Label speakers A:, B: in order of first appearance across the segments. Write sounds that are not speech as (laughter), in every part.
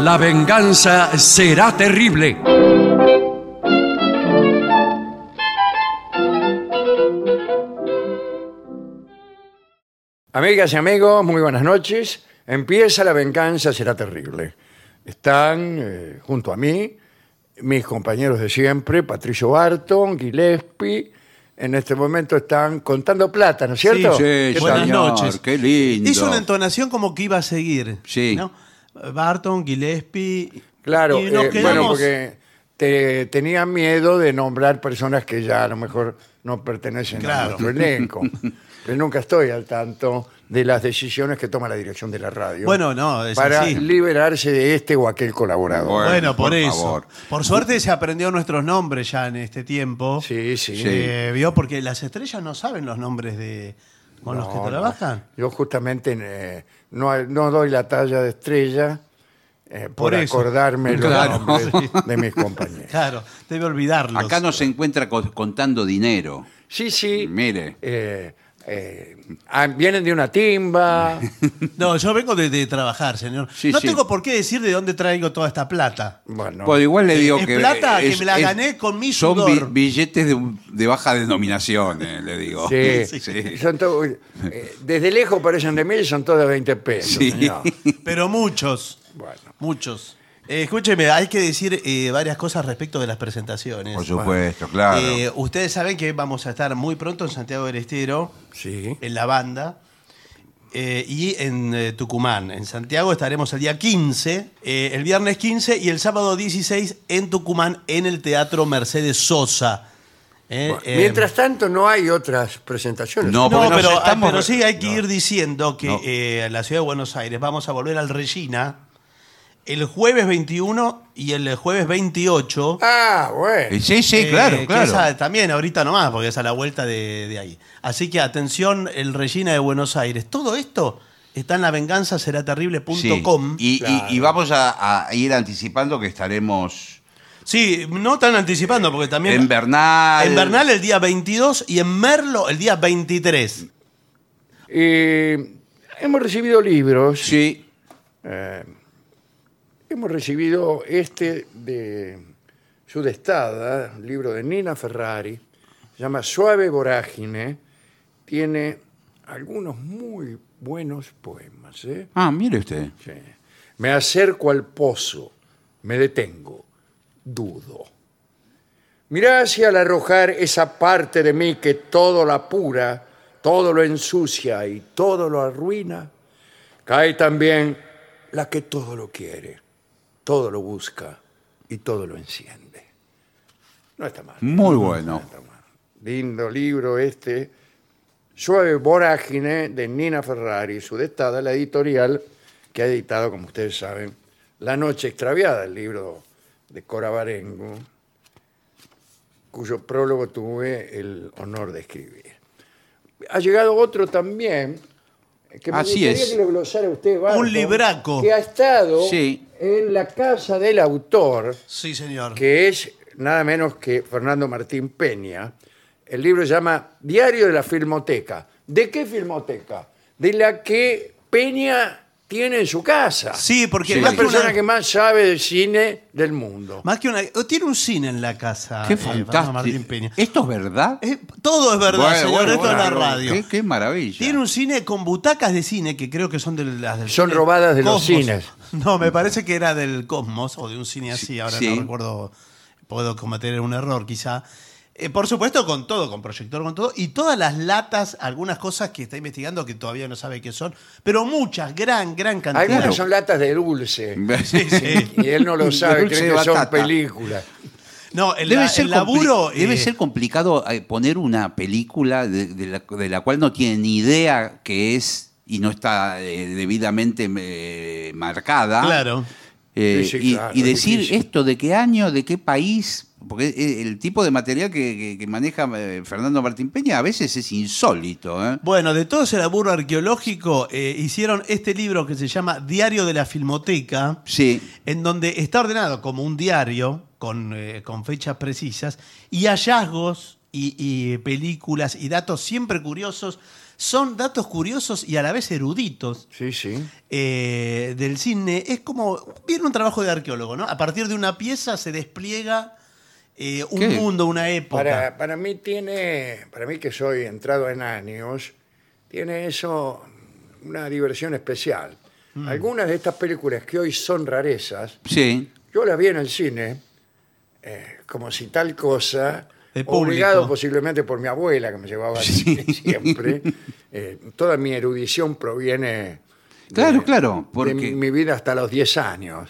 A: La venganza será terrible.
B: Amigas y amigos, muy buenas noches. Empieza La venganza será terrible. Están eh, junto a mí mis compañeros de siempre, Patricio Barton, Gillespie. En este momento están contando plata, ¿no es cierto?
C: Sí,
B: ¿Qué tal?
C: señor,
D: Buenas noches.
C: Qué lindo.
D: Hizo una entonación como que iba a seguir.
C: Sí.
D: ¿no? Barton, Gillespie.
B: Claro,
D: y nos
B: eh,
D: quedamos-
B: bueno, porque te, tenía miedo de nombrar personas que ya a lo mejor no pertenecen a
D: Claro.
B: nuestro
D: (laughs)
B: elenco. Pero nunca estoy al tanto de las decisiones que toma la dirección de la radio.
D: Bueno, no, es
B: Para
D: así.
B: liberarse de este o aquel colaborador.
C: Bueno,
D: Bueno, por,
C: por
D: eso.
C: favor.
D: Por suerte se aprendió nuestros nombres ya en este tiempo.
B: Sí, sí.
C: Sí.
D: Eh, Vio, porque las estrellas no saben los nombres de con los
B: No,
D: que trabajan.
B: no. Yo justamente eh, no, no doy la talla de estrella eh, por,
D: Por eso.
B: acordarme los
D: (laughs)
C: Claro.
B: nombres de mis compañeros.
D: Claro, debe olvidarlos.
C: Acá no se encuentra co- contando dinero.
B: Sí, sí.
C: Mire.
B: eh, eh, ah, vienen de una timba.
D: No, yo vengo de, de trabajar, señor.
C: Sí,
D: no
C: sí.
D: tengo por qué decir de dónde traigo toda esta
C: (laughs)
D: plata.
B: Bueno,
C: Pues igual le digo
D: Eh, Es
C: que.
D: plata que me la gané con mi
C: Son
D: sudor.
C: bi- billetes de, un- de baja denominación, eh, le digo.
B: sí,
C: (laughs) sí.
B: son to- eh, desde lejos parecen de mil y son todos 20 pesos.
C: Sí. Eh,
B: señor.
D: Pero muchos.
B: Bueno.
D: Muchos. Eh, escúcheme, hay que decir eh, varias cosas respecto de las presentaciones.
C: Por supuesto, claro.
D: Eh, ustedes saben que vamos a estar muy pronto en Santiago del Estero,
B: Sí.
D: en la banda, eh, y en eh, Tucumán. En Santiago estaremos el día 15, eh, el viernes 15 y el sábado 16 en Tucumán, en el Teatro Mercedes Sosa. Eh, eh,
B: Mientras tanto, no hay otras presentaciones.
C: No,
D: no,
C: porque nos
D: pero, ah,
C: estamos-
D: pero sí hay que
C: no.
D: ir diciendo que
C: No.
D: eh, en la ciudad de Buenos Aires vamos a volver al Regina el jueves 21 y el jueves 28.
B: Ah, bueno.
C: Eh, Sí, sí,
D: eh,
C: claro,
D: que
C: claro.
D: esa también ahorita nomás, porque es a la vuelta de, de ahí. Así que atención, el Regina de Buenos Aires. Todo esto está en lavenganzaseraterrible.com.
C: Sí. Y, y-
B: Claro.
C: y vamos a, a ir anticipando que estaremos
D: Sí, no están anticipando, porque también.
C: en Bernal.
D: en Bernal el día 22 y en Merlo el día 23.
B: Eh, hemos recibido libros.
C: Sí.
B: Eh, hemos recibido este de Sudestada, un libro de Nina Ferrari, se llama Suave Vorágine, tiene algunos muy buenos poemas. ¿eh?
C: Ah, mire usted.
B: Sí. Me acerco al pozo, me detengo, dudo. Mirá si al arrojar esa parte de mí que todo la apura, todo lo ensucia y todo lo arruina, cae también la que todo lo quiere, todo lo busca y todo lo enciende. No está mal.
C: Muy bueno.
B: Está mal. Lindo libro este. Suave Vorágine de Nina Ferrari, sudestada, la editorial que ha editado, como ustedes saben, La Noche Extraviada, el libro de Cora Barengo, cuyo prólogo tuve el honor de escribir. Ha llegado otro también, que me
C: Así
B: gustaría
C: es.
B: que lo glosara usted, Barton,
D: Un libraco.
B: que ha estado
C: Sí.
B: en la casa del autor,
D: Sí, señor.
B: que es nada menos que Fernando Martín Peña. El libro se llama Diario de la Filmoteca. ¿De qué filmoteca? De la que Peña tiene en su casa.
D: Sí, porque
C: Sí.
B: Es la
D: más que una-
B: persona que más sabe de cine del mundo.
D: Más que una. oh, Tiene un cine en la casa.
C: Qué
D: eh, Fernando Martín
C: fantástico.
D: Peña.
C: ¿Esto es verdad?
D: Eh, todo es verdad,
C: Bueno,
D: señor.
C: bueno,
D: esto
C: bueno,
D: es la radio.
C: Qué, qué maravilla. (laughs)
D: Tiene un cine con butacas de cine que creo que son de las del
B: Son
D: cine
B: robadas de los
D: Cosmos.
B: cines.
D: No, me parece que era del Cosmos o de un cine así. Ahora
C: sí.
D: no recuerdo. Puedo cometer un error, quizá. Eh, por supuesto, con todo, con proyector, con todo. Y todas las latas, algunas cosas que está investigando que todavía no sabe qué son, pero muchas, gran, gran cantidad.
B: Algunas son latas de dulce.
C: Sí,
B: (laughs)
C: sí.
B: Y él no
D: (laughs)
B: lo sabe,
C: Dulce
B: cree que son
C: batata.
B: películas.
D: No, el,
C: Debe,
D: la-
C: ser
D: el laburo.
C: compli- debe
D: eh,
C: ser complicado eh, poner una película de, de la, de la cual no tiene ni idea que es y no está eh, debidamente eh, marcada.
D: Claro.
C: Eh,
B: Sí, sí,
C: y,
B: claro,
C: y decir
B: difícil.
C: esto, de qué año, de qué país, porque eh, el tipo de material que, que- que maneja eh, Fernando Martín Peña a veces es insólito. ¿eh?
D: Bueno, de todo ese laburo arqueológico eh, hicieron este libro que se llama Diario de la Filmoteca,
C: Sí.
D: en donde está ordenado como un diario con, eh, con fechas precisas y hallazgos y, y películas y datos siempre curiosos, Son datos curiosos y a la vez eruditos
B: Sí, sí.
D: eh, del cine. Es como, viene un trabajo de arqueólogo, ¿no? A partir de una pieza se despliega eh, un
C: ¿Qué?
D: mundo, una época.
B: Para, para mí tiene, para mí que soy entrado en años, tiene eso una diversión especial.
C: Mm.
B: Algunas de estas películas que hoy son rarezas,
C: Sí.
B: yo las vi en el cine eh, como si tal cosa,
D: De público.
B: obligado posiblemente por mi abuela que me
C: (laughs)
B: llevaba al cine siempre. Eh, toda mi erudición proviene
C: Claro, claro.
B: de
C: Porque,
B: mi, mi vida hasta los 10 años,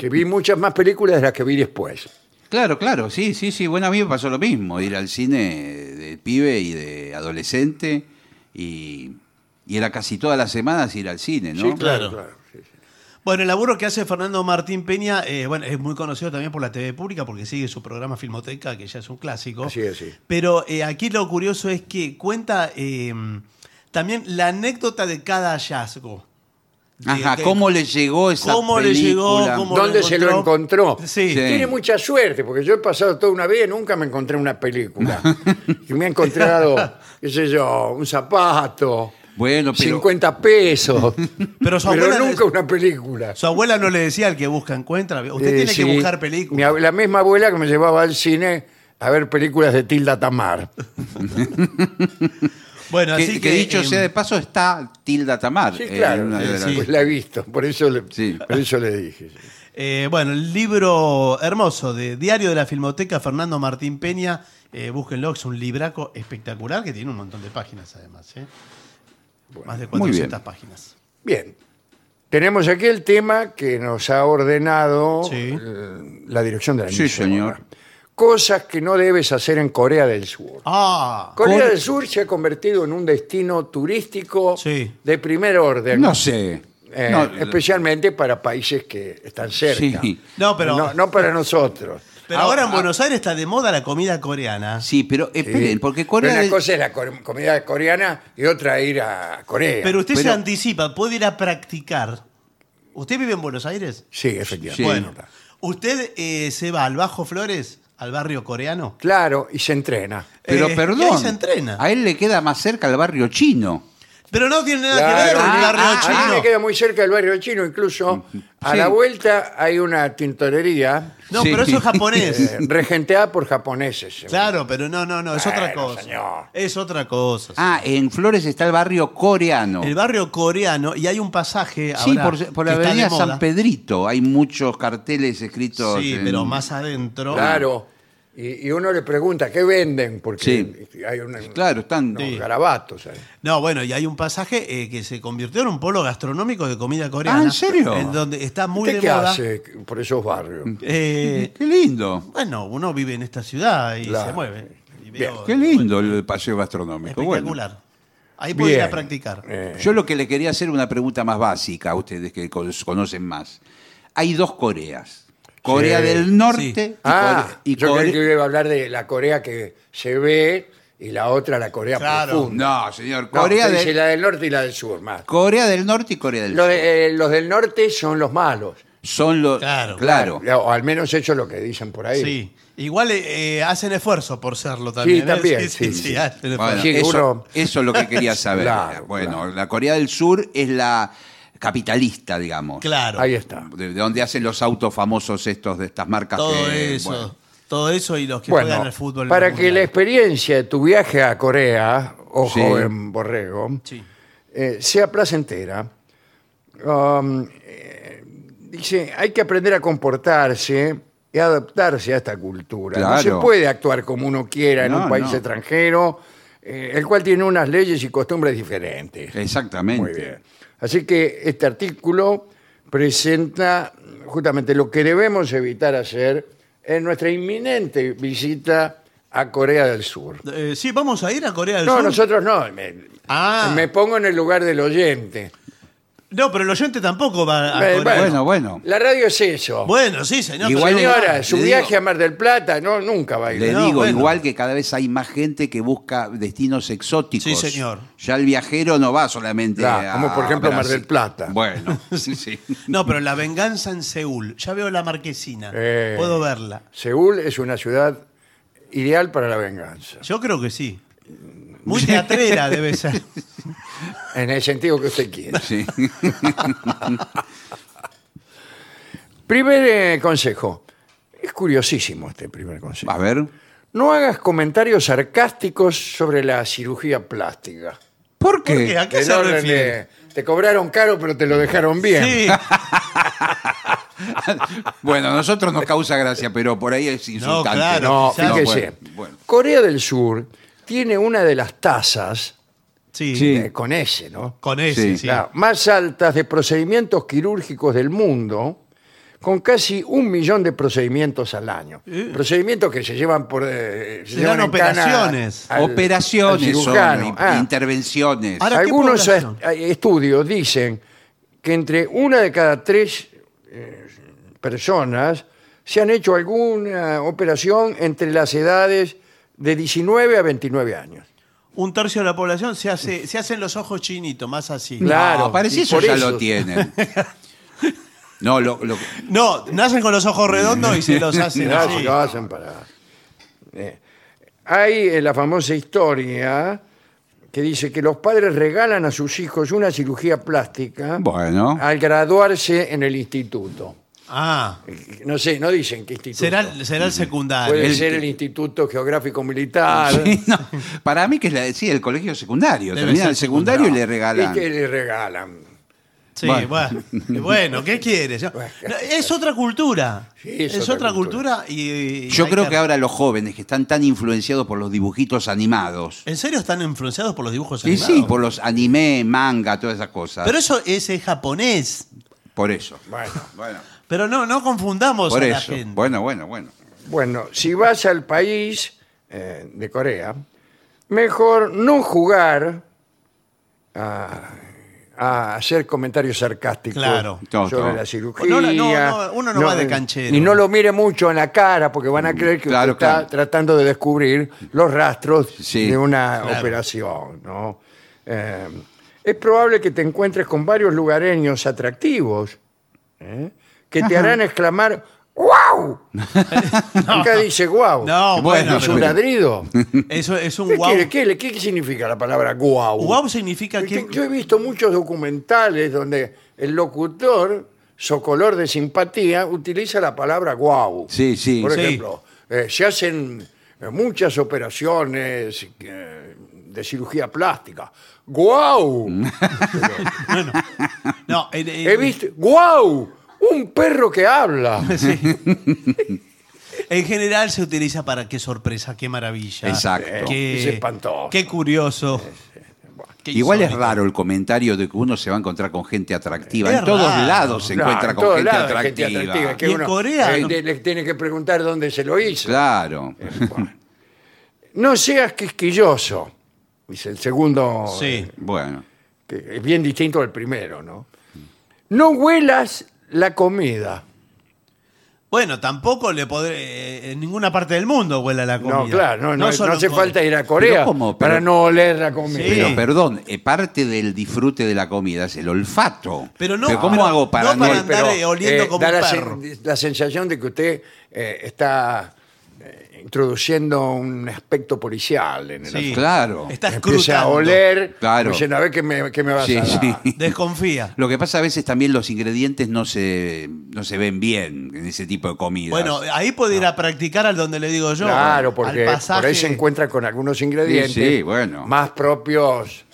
B: que vi muchas más películas de las que vi después.
C: Claro, claro. Sí, sí, sí. Bueno, a mí me pasó lo mismo. Ir al cine de pibe y de adolescente. Y, y era casi todas las semanas ir al cine, ¿no?
B: Sí,
D: Claro.
B: claro. claro, sí, sí.
D: Bueno, el laburo que hace Fernando Martín Peña, eh, bueno, es muy conocido también por la TV pública porque sigue su programa Filmoteca, que ya es un clásico.
B: Así es, sí.
D: Pero eh, aquí lo curioso es que cuenta eh, también la anécdota de cada hallazgo. De-
C: Ajá,
D: de-
C: ¿cómo le llegó esa
D: este, ¿Cómo le llegó?
C: película?
D: ¿Cómo
B: ¿Dónde se lo encontró?
D: Sí.
C: Sí.
B: Tiene mucha suerte, porque yo he pasado toda una vida y nunca me encontré una
C: (laughs)
B: película. y me he encontrado, qué sé yo, un zapato,
C: Bueno, pero...
B: 50
C: (laughs)
B: pesos,
D: Pero su
B: pero
D: abuela,
B: nunca una película.
D: su abuela no le decía al que busca encuentra. Usted
B: Eh,
D: tiene
B: sí.
D: que buscar
B: Mi
D: películas.
B: ab- la misma abuela que me llevaba al cine a ver películas de Tilda Tamar.
D: Bueno,
C: que,
D: así que,
C: que dicho
D: eh,
C: sea de paso, está Tilda Tamar.
B: Sí,
C: eh,
B: claro,
C: una de
B: sí,
C: las-
B: sí, pues la he visto, por eso le,
C: Sí.
B: por eso le dije. sí.
D: Eh, bueno, el libro hermoso de Diario de la Filmoteca, Fernando Martín Peña, eh, búsquenlo, es un libraco espectacular que tiene un montón de páginas además. ¿eh? Más de
C: Muy bien.
D: 400 páginas.
B: Bien. Tenemos aquí el tema que nos ha ordenado
D: Sí.
B: eh, la dirección de la
C: Sí,
B: emisora.
C: señor.
B: Cosas que no debes hacer en Corea del Sur.
D: Ah,
B: Corea
C: Cor-
B: del Sur se ha convertido en un destino turístico
D: Sí.
B: de primer orden,
C: No sé.
B: eh,
C: No,
B: especialmente para países que están cerca.
C: Sí.
D: No, pero-
B: no, no para nosotros.
D: pero ahora, en Buenos Aires está de moda la comida coreana.
C: Ah, Sí, pero esperen,
B: Sí.
C: porque
B: Pero
C: Corea
B: Eh, una
C: del
B: cosa es la cor- comida coreana y otra ir a Corea.
D: Pero usted se
C: Pero-
D: anticipa, puede ir a practicar. ¿Usted vive en Buenos Aires?
B: sí, efectivamente.
C: Sí.
D: Bueno, usted eh, se va al Bajo Flores, al barrio coreano.
B: Claro, y se entrena.
C: Pero
D: Eh,
C: perdón,
D: y ahí se entrena.
C: a él le queda más cerca el barrio chino.
D: Pero no tiene nada que ver
B: Claro,
D: con el
B: ah,
D: barrio
B: ah,
D: chino.
B: A mí me queda muy cerca del barrio chino, incluso a
C: Sí.
B: la vuelta hay una tintorería
D: No,
C: Sí.
D: pero eso es japonés.
B: eh,
C: (laughs)
B: regenteada por japoneses. según.
D: Claro, pero no, no, no, es otra
B: Bueno,
D: cosa.
B: señor.
D: Es otra cosa.
C: Ah, en Flores está el barrio coreano.
D: El barrio coreano, y hay un pasaje
C: sí,
D: ahora
C: por, por la
D: que está de
C: avenida
D: moda.
C: San Pedrito hay muchos carteles escritos.
D: Sí,
C: en-
D: pero más adentro.
B: Claro. Y, y uno le pregunta, ¿qué venden? Porque
C: Sí.
B: hay una-
C: Claro, están.
B: unos
D: Sí.
B: garabatos ahí.
D: No, bueno, y hay un pasaje eh, que se convirtió en un polo gastronómico de comida coreana.
C: Ah, ¿en serio?
D: En donde está muy
B: ¿Usted
D: de
B: qué
D: moda.
B: hace por esos barrios?
C: (laughs)
D: Eh,
C: Qué lindo.
D: bueno, uno vive en esta ciudad y se
B: Claro.
D: mueve. Y
B: Bien.
D: veo-
C: Qué lindo el paseo gastronómico. Bueno.
D: Espectacular. Ahí puede ir a
B: Bien.
D: practicar.
B: Eh,
C: Yo lo que le quería hacer una pregunta más básica a ustedes que con- conocen más. Hay dos Coreas. Corea
B: Sí.
C: del Norte y
B: ah,
C: Core- y
B: yo creí
C: Corea...
B: que iba a hablar de la Corea que se ve y la otra la Corea
D: Claro.
B: profunda.
C: No, señor,
B: No,
C: Corea,
B: usted
C: del...
B: dice la del norte y la del sur, más.
C: Corea del Norte y Corea del
B: Lo
C: Sur.
B: de- eh, los del norte son los malos.
C: Son los...
D: Claro.
C: Claro.
B: O al menos eso es lo que dicen por ahí.
D: Sí. Igual eh, hacen esfuerzo por serlo también. ¿eh?
B: también, sí,
D: sí,
B: sí.
D: hacen
C: Bueno,
D: esfuerzo.
B: Sí,
C: eso,
B: uno-
C: eso es lo que quería saber.
B: Claro,
C: bueno,
B: claro.
C: la Corea del Sur es la capitalista, digamos.
D: Claro.
B: Ahí está.
C: De, de donde hacen los autos famosos estos de estas marcas.
D: Todo
C: que,
D: eso.
C: bueno.
D: Todo eso y los que juegan
B: Bueno,
D: al fútbol.
B: para que la
D: les
B: experiencia de tu viaje a Corea, ojo
C: Sí.
B: en Borrego,
D: Sí.
B: eh, sea placentera, um, eh, dice, hay que aprender a comportarse y adaptarse a esta cultura. No se
C: Claro.
B: puede actuar como uno quiera en
C: No,
B: un país
C: no.
B: extranjero, eh, el cual tiene unas leyes y costumbres diferentes.
D: Eh,
C: Exactamente.
B: Muy bien. Así que este artículo presenta justamente lo que debemos evitar hacer en nuestra inminente visita a Corea del Sur.
D: Eh, sí, vamos a ir a Corea del
B: No,
D: Sur.
B: nosotros no. Me,
D: Ah.
B: me pongo en el lugar del oyente.
D: No, pero el oyente tampoco va
C: Ah,
D: a
B: Eh,
D: Corea.
C: Bueno, bueno.
B: La radio es eso.
D: Bueno, sí, señor.
C: Igual
D: pero-
B: Señora,
C: le-
B: su
C: le
B: viaje
C: digo-
B: a Mar del Plata no, nunca va a ir.
C: Le
D: No,
C: digo,
D: bueno.
C: igual que cada vez hay más gente que busca destinos exóticos.
D: Sí, señor.
C: Ya el viajero no va solamente
B: Claro,
C: a.
B: como por ejemplo Mar
C: Brasil.
B: del Plata.
D: (laughs)
C: Bueno, sí, sí.
D: No, pero la venganza en Seúl. Ya veo la marquesina.
B: Eh.
D: Puedo verla.
B: Seúl es una ciudad ideal para la venganza.
D: Yo creo que sí. Muy
B: (laughs)
D: teatrera debe ser.
B: en el sentido que usted quiera.
C: Sí.
B: Primer eh, consejo. Es curiosísimo este primer consejo.
C: A ver.
B: No hagas comentarios sarcásticos sobre la cirugía plástica.
C: ¿Por qué?
D: qué? ¿A qué
B: Del
D: se
B: orden
D: refiere?
B: de, te cobraron caro, pero te lo dejaron bien.
D: Sí,
C: Bueno, a nosotros nos causa gracia, pero por ahí es insultante.
D: claro,
B: No,
D: quizás.
B: fíjese.
C: bueno, bueno.
B: Corea del Sur tiene una de las tasas,
D: sí.
C: Sí.
B: eh, con S, ¿no?
D: Con ese, sí.
C: Sí,
B: Claro, más altas de procedimientos quirúrgicos del mundo, con casi un millón de procedimientos al año. Procedimientos que se llevan por. eh, se
D: Serán
B: llevan en cana
D: operaciones.
B: al- al
C: Operaciones son,
B: cirujano.
C: in-
B: Ah,
C: intervenciones.
D: Ahora- ¿qué
B: algunos
D: población?
B: est- eh, estudios dicen que entre una de cada tres eh, personas se han hecho alguna operación entre las edades de 19 a 29 años.
D: Un tercio de la población se hace, se hacen los ojos chinitos, más así.
B: Claro.
C: no, parece
B: y
C: Ah, eso
B: por
C: ya
B: eso.
C: lo
B: (laughs)
C: tienen. No, lo, lo-
D: No, nacen con los ojos redondos y se los
B: (laughs)
D: hacen
B: Mirá,
D: así.
B: si lo hacen para- Eh, Hay eh, la famosa historia que dice que los padres regalan a sus hijos una cirugía plástica
C: Bueno.
B: al graduarse en el instituto.
D: Ah,
B: No sé, no dicen qué instituto.
D: será, el- será el secundario.
B: Puede
C: Ah, el-
B: ser el Instituto Geográfico Militar.
C: Sí, no, para mí que es la, sí, el colegio secundario.
D: Debe
C: Terminan
D: ser
C: el secundario y
D: secundario.
C: le
B: ¿Y
C: regalan.
B: qué le regalan?
D: Sí,
C: Bueno.
D: bueno. Bueno, ¿qué quieres? No, Es otra cultura.
B: Sí, es
D: es,
B: otra
D: otra cultura, y, y
C: Yo
D: hay
C: creo que ahora los jóvenes que están tan influenciados por los dibujitos animados.
D: ¿En serio están influenciados por los dibujos
C: Y
D: animados?
C: sí, por los anime, manga, todas esas cosas.
D: Pero eso es, eh, japonés.
C: por eso.
B: Bueno,
C: Bueno,
D: Pero no, no confundamos
C: por
D: a la
C: eso.
D: gente.
C: Bueno, bueno, bueno.
B: bueno, si vas al país eh, de Corea, mejor no jugar a, a hacer comentarios sarcásticos
D: Claro.
C: No,
B: sobre
C: no.
B: la cirugía.
D: No, no, no, uno no va de canchero.
B: Y no lo mire mucho en la cara porque van a creer que
C: Mm, claro,
B: usted está
C: claro.
B: tratando de descubrir los rastros
C: Sí,
B: de una
D: claro.
B: operación. ¿no? Eh, es probable que te encuentres con varios lugareños atractivos ¿eh? que te harán exclamar
D: (laughs)
B: ¡Wow! Nunca dice ¡Wow!
D: No, bueno,
C: Bueno,
B: ¿Es
D: pero
B: un
D: (laughs)
B: ladrido? ¿Qué,
D: eso es un guau.
B: quiere? ¿Qué- qué significa la palabra guau?
D: Guau significa
B: Porque
D: que...
B: Yo he visto muchos documentales donde el locutor, socolor de simpatía, utiliza la palabra guau.
C: Sí, sí.
B: Por
D: Sí.
B: ejemplo, eh, se hacen eh, muchas operaciones eh, de cirugía plástica.
D: (laughs)
B: ¡Guau!
D: Bueno, no, en- en-
B: He visto. ¡Guau! Un perro que habla.
D: (laughs) En general se utiliza para qué sorpresa, qué maravilla.
C: Exacto.
D: Qué,
B: Es espantoso.
D: Qué curioso. Qué
C: Igual es
D: insólito.
C: raro el comentario de que uno se va a encontrar con gente atractiva.
D: Es
C: en todos
D: raro.
C: lados se
B: Claro,
C: encuentra
B: en
C: con
B: todos
C: gente,
B: lados hay gente
C: atractiva.
B: atractiva, que
D: Y en
B: uno,
D: Corea,
B: eh,
D: ¿no?
B: le- le tiene que preguntar dónde se lo hizo.
C: Claro.
D: Eh,
B: Bueno. No seas quisquilloso, dice el segundo, eh,
D: Sí.
C: (laughs) Bueno.
B: que es bien distinto al primero, ¿no? No huelas la comida.
D: Bueno, tampoco le podré. eh, En ninguna parte del mundo huela la comida.
B: No, claro, no, no, no
D: solo en
B: hace
D: Corea.
B: falta ir a Corea
C: Pero ¿cómo?
B: para
C: Pero-
B: no oler la comida.
D: Sí.
C: Pero perdón, eh, parte del disfrute de la comida es el olfato.
D: Pero no-
C: ¿cómo
D: pero
C: hago para
D: no
C: no,
D: para- andar, eh, oliendo como
B: da
D: un
B: la,
D: perro.
B: sen- la sensación de que usted eh, está eh, introduciendo un aspecto policial en el
D: Sí.
C: Claro.
D: Está
B: Empieza a
D: escrutando.
B: oler,
C: Claro.
B: diciendo, a ver qué me, qué me vas
C: Sí,
B: a dar.
C: sí.
B: (laughs)
D: Desconfía.
C: Lo que pasa a veces también los ingredientes no se, no se ven bien en ese tipo de comidas.
D: Bueno, eh, ahí puede ir a practicar al donde le digo yo.
B: Claro,
D: al
B: porque
D: pasaje.
B: por ahí se encuentra con algunos ingredientes
C: Sí, sí, bueno.
B: más propios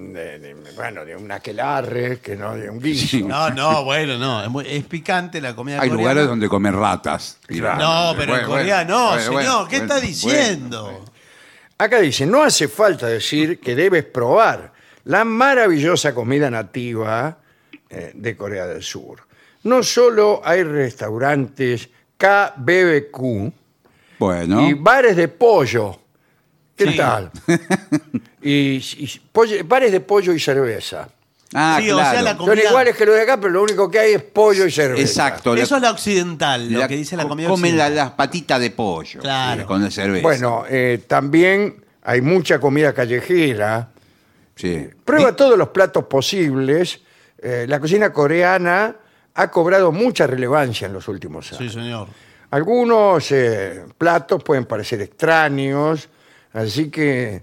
B: de, de- bueno, de un aquelarre que no de un guiso.
C: Sí.
D: No, no, bueno, no. Es, muy- es picante la comida
C: Hay
D: coreana.
C: lugares donde comen ratas.
B: Claro.
D: No, pero en
C: Bueno, bueno,
D: Corea no,
C: bueno,
D: señor.
C: bueno,
D: ¿Qué
C: bueno,
D: está
C: bueno,
D: diciendo?
B: Acá dice, no hace falta decir que debes probar la maravillosa comida nativa eh, de Corea del Sur. No solo hay restaurantes KBBQ,
C: Bueno,
B: y bares de pollo. ¿Qué
D: Sí. (laughs)
B: tal? y y pollo- bares de pollo y cerveza.
C: ah,
D: Sí, o
C: claro.
D: sea, la com-
B: Son
D: Comida-
B: iguales que los de acá, pero lo único que hay es pollo y cerveza.
C: Exacto. la-
D: Eso es la occidental, lo
C: la-
D: que dice la comida
C: Comen la-
D: occidental.
C: las patitas de pollo
D: Claro.
C: eh, con la cerveza.
B: Bueno, eh, también hay mucha comida callejera.
C: sí.
B: Prueba todos los platos posibles. Eh, la cocina coreana ha cobrado mucha relevancia en los últimos años.
D: Sí, señor.
B: Algunos eh, platos pueden parecer extraños, así que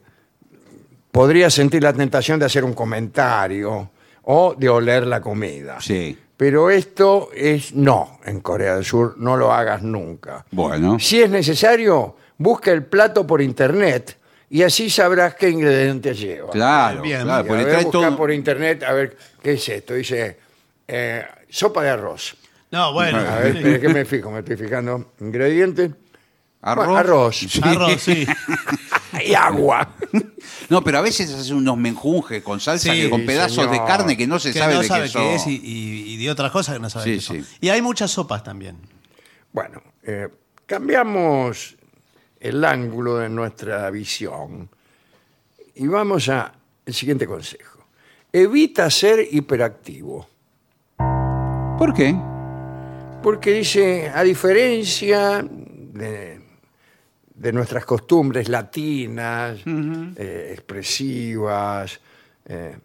B: podría sentir la tentación de hacer un comentario o de oler la comida.
C: Sí.
B: Pero esto es no en Corea del Sur, no lo hagas nunca.
C: Bueno.
B: Si es necesario, busca el plato por internet y así sabrás qué ingredientes lleva.
C: Claro,
D: Bien,
C: claro,
B: Y
C: porque
B: a ver,
C: trae
B: busca
C: todo-
B: por internet a ver qué es esto. Dice eh, sopa de arroz.
D: No, bueno.
C: Ah,
B: A ver,
D: sí.
C: este,
B: espere que me fijo, me estoy fijando. Ingredientes.
C: arroz.
B: Bueno, arroz.
C: Sí.
D: (laughs) Arroz,
C: (laughs)
D: sí.
B: Y agua.
C: No, pero a veces hace unos menjunjes con salsa,
D: Sí,
C: que- con pedazos
B: señor.
C: de carne que no se
D: que
C: sabe
D: no
C: de
D: sabe
C: qué son.
D: qué es y, y- y de otras cosas que no sabe
C: Sí,
D: qué son.
C: sí.
D: Y hay muchas sopas también.
B: Bueno, eh, cambiamos el ángulo de nuestra visión y vamos a el siguiente consejo. Evita ser hiperactivo,
C: ¿Por qué?
B: porque dice, a diferencia de, de nuestras costumbres latinas, eh, expresivas, eh,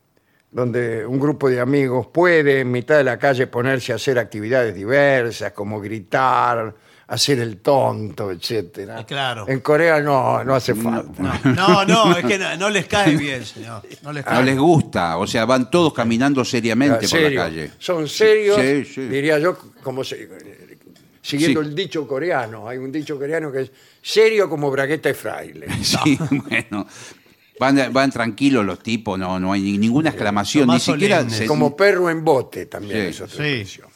B: donde un grupo de amigos puede en mitad de la calle ponerse a hacer actividades diversas, como gritar, hacer el tonto, etcétera.
D: Ah, claro.
B: En Corea no, no hace falta.
C: (laughs)
D: No, no, no, es que no, no les cae bien, señor. No les
C: No
D: cae
C: les gusta, o sea, van todos caminando seriamente
B: Ah,
C: por
B: serio.
C: la calle.
B: Son serios,
C: Sí, sí.
B: diría yo, como se- eh, siguiendo
C: Sí.
B: el dicho coreano. Hay un dicho coreano que es serio como bragueta y fraile.
C: Sí, (laughs) bueno. Van, van tranquilos los tipos, no, no hay ni- ninguna exclamación,
D: Son
C: ni
D: más
C: siquiera
D: solemnes.
C: se- (laughs)
B: Como perro en bote también
C: Sí,
B: es otra
D: sí.
B: expresión.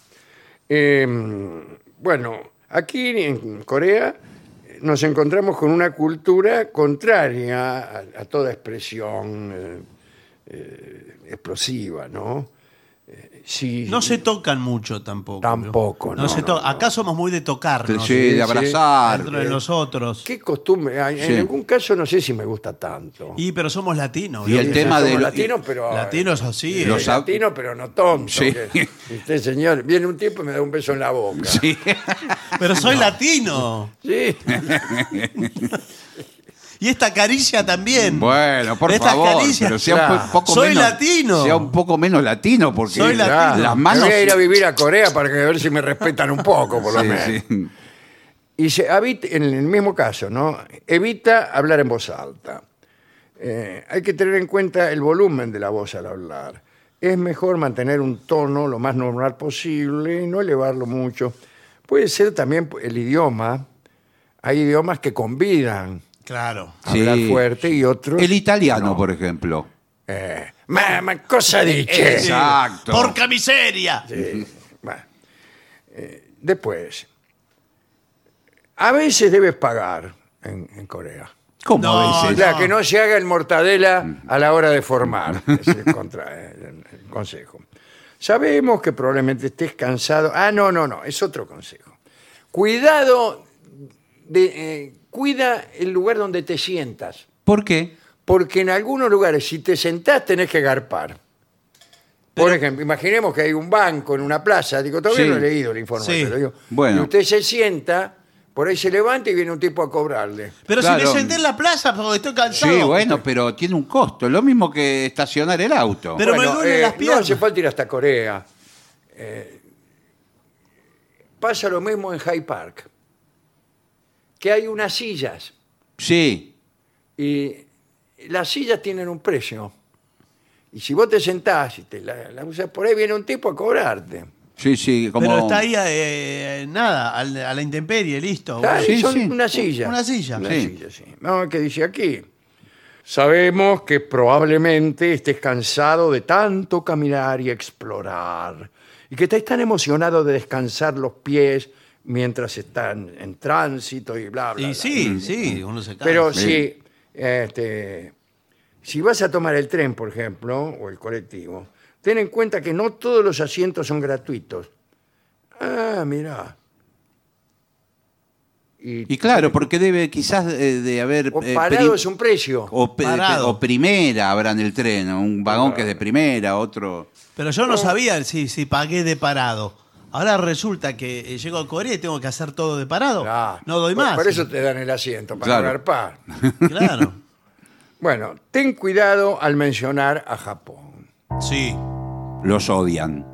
B: Eh, bueno, aquí en Corea nos encontramos con una cultura contraria a, a toda expresión eh, eh, explosiva, ¿no? Eh, sí,
D: No se tocan mucho tampoco.
B: Tampoco, no,
D: se
B: no,
D: to-
B: no.
D: Acá somos muy de tocarnos.
B: sí.
C: sí, de eh. abrazar.
D: Dentro de nosotros.
B: ¿Qué costumbre? hay? En
C: Sí.
B: algún caso no sé si me gusta tanto.
D: Y pero somos latinos.
C: Y
D: ¿no?
C: el tema
B: Somos
C: de lo-
B: latinos, pero
D: Latinos así.
B: eh,
D: eh.
C: los-
B: latinos, pero no tontos.
C: Sí.
B: que- Usted, señor, viene un tipo y me da un beso en la boca.
C: Sí. (laughs)
D: Pero soy latino.
B: Sí.
D: Y esta caricia también.
C: Bueno, por
D: Estas
C: favor,
D: caricias.
C: pero sea un
B: Claro.
C: po- poco
D: Soy
C: menos,
D: latino.
C: Sea un poco menos latino, porque
D: Soy latino.
C: las manos.
B: Me voy a ir a vivir a Corea para que a ver si me respetan un poco, por lo
C: Sí,
B: menos.
C: sí.
B: Y se habit- en el mismo caso, ¿no? Evita hablar en voz alta. Eh, hay que tener en cuenta el volumen de la voz al hablar. Es mejor mantener un tono lo más normal posible y no elevarlo mucho. Puede ser también el idioma. Hay idiomas que convidan
D: Claro.
B: a
C: Sí.
B: hablar fuerte y otros.
C: El italiano, por ejemplo.
B: eh, mamma, cosa dice?
C: Sí. Exacto.
D: Porca miseria.
B: Bueno. Eh, después, a veces debes pagar en, en Corea.
C: ¿Cómo
D: No,
C: a
B: O
C: veces?
B: sea,
D: no.
B: que no se haga el mortadela a la hora de formar. Es el, contra- eh, el- el consejo. Sabemos que probablemente estés cansado. Ah, no, no, no, es otro consejo. Cuidado, de, eh, cuida el lugar donde te sientas.
C: ¿Por qué?
B: Porque en algunos lugares, si te sentás, tenés que garpar. Por ejemplo, imaginemos que hay un banco en una plaza. Digo, todavía
C: Sí.
B: no he leído el informe.
D: Sí.
B: Pero digo,
C: Bueno.
B: Y usted se sienta, por ahí se levanta y viene un tipo a cobrarle.
D: Pero si
C: Claro.
D: me senté en la plaza porque estoy cansado.
C: Sí, bueno, pero tiene un costo. Lo mismo que estacionar el auto.
D: Pero- me duelen las
B: eh, No hace
D: piernas.
B: falta ir hasta Corea. Eh, pasa lo mismo en Hyde Park. Que hay unas sillas.
C: sí,
B: Y las sillas tienen un precio. Y si vos te sentás y te la, la usas por ahí, viene un tipo a cobrarte.
C: sí, sí. Como...
D: Pero está ahí, eh, nada, al- a la intemperie, listo.
B: Claro,
C: Sí,
B: son
C: sí.
B: una silla.
D: Una silla.
B: Una
C: Sí.
B: silla, sí. No, que dice aquí. Sabemos que probablemente estés cansado de tanto caminar y explorar. Y que estés tan emocionado de descansar los pies mientras están en tránsito y bla, bla.
D: Y
B: bla.
C: Mm.
D: sí, sí, uno se cansa.
B: Pero
C: Sí.
B: si, este, si vas a tomar el tren, por ejemplo, o el colectivo, ten en cuenta que no todos los asientos son gratuitos. Ah, mirá.
C: Y claro, porque debe quizás eh, de haber...
B: O
C: eh,
B: parado
C: prim-
B: es un precio.
C: o, pe-
D: Parado.
C: o primera habrán el tren, un vagón que es de primera, otro...
D: Pero yo no sabía si, si pagué de parado. Ahora resulta que eh, llego a Corea y tengo que hacer todo de parado.
B: Ah,
D: no doy
B: por-
D: más.
B: Por
D: (laughs)
B: eso te dan el asiento, para
C: Claro. (laughs)
B: garpar. (laughs)
D: Claro.
B: Bueno, ten cuidado al mencionar a Japón.
D: Sí.
C: Los odian.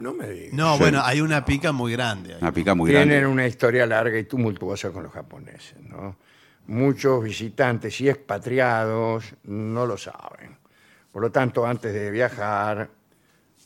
B: No me digas.
D: No, bueno, hay una pica muy grande. ahí.
C: Una pica muy
B: Tienen
C: grande.
B: una historia larga y tumultuosa con los japoneses, ¿no? muchos visitantes y expatriados no lo saben. Por lo tanto, antes de viajar,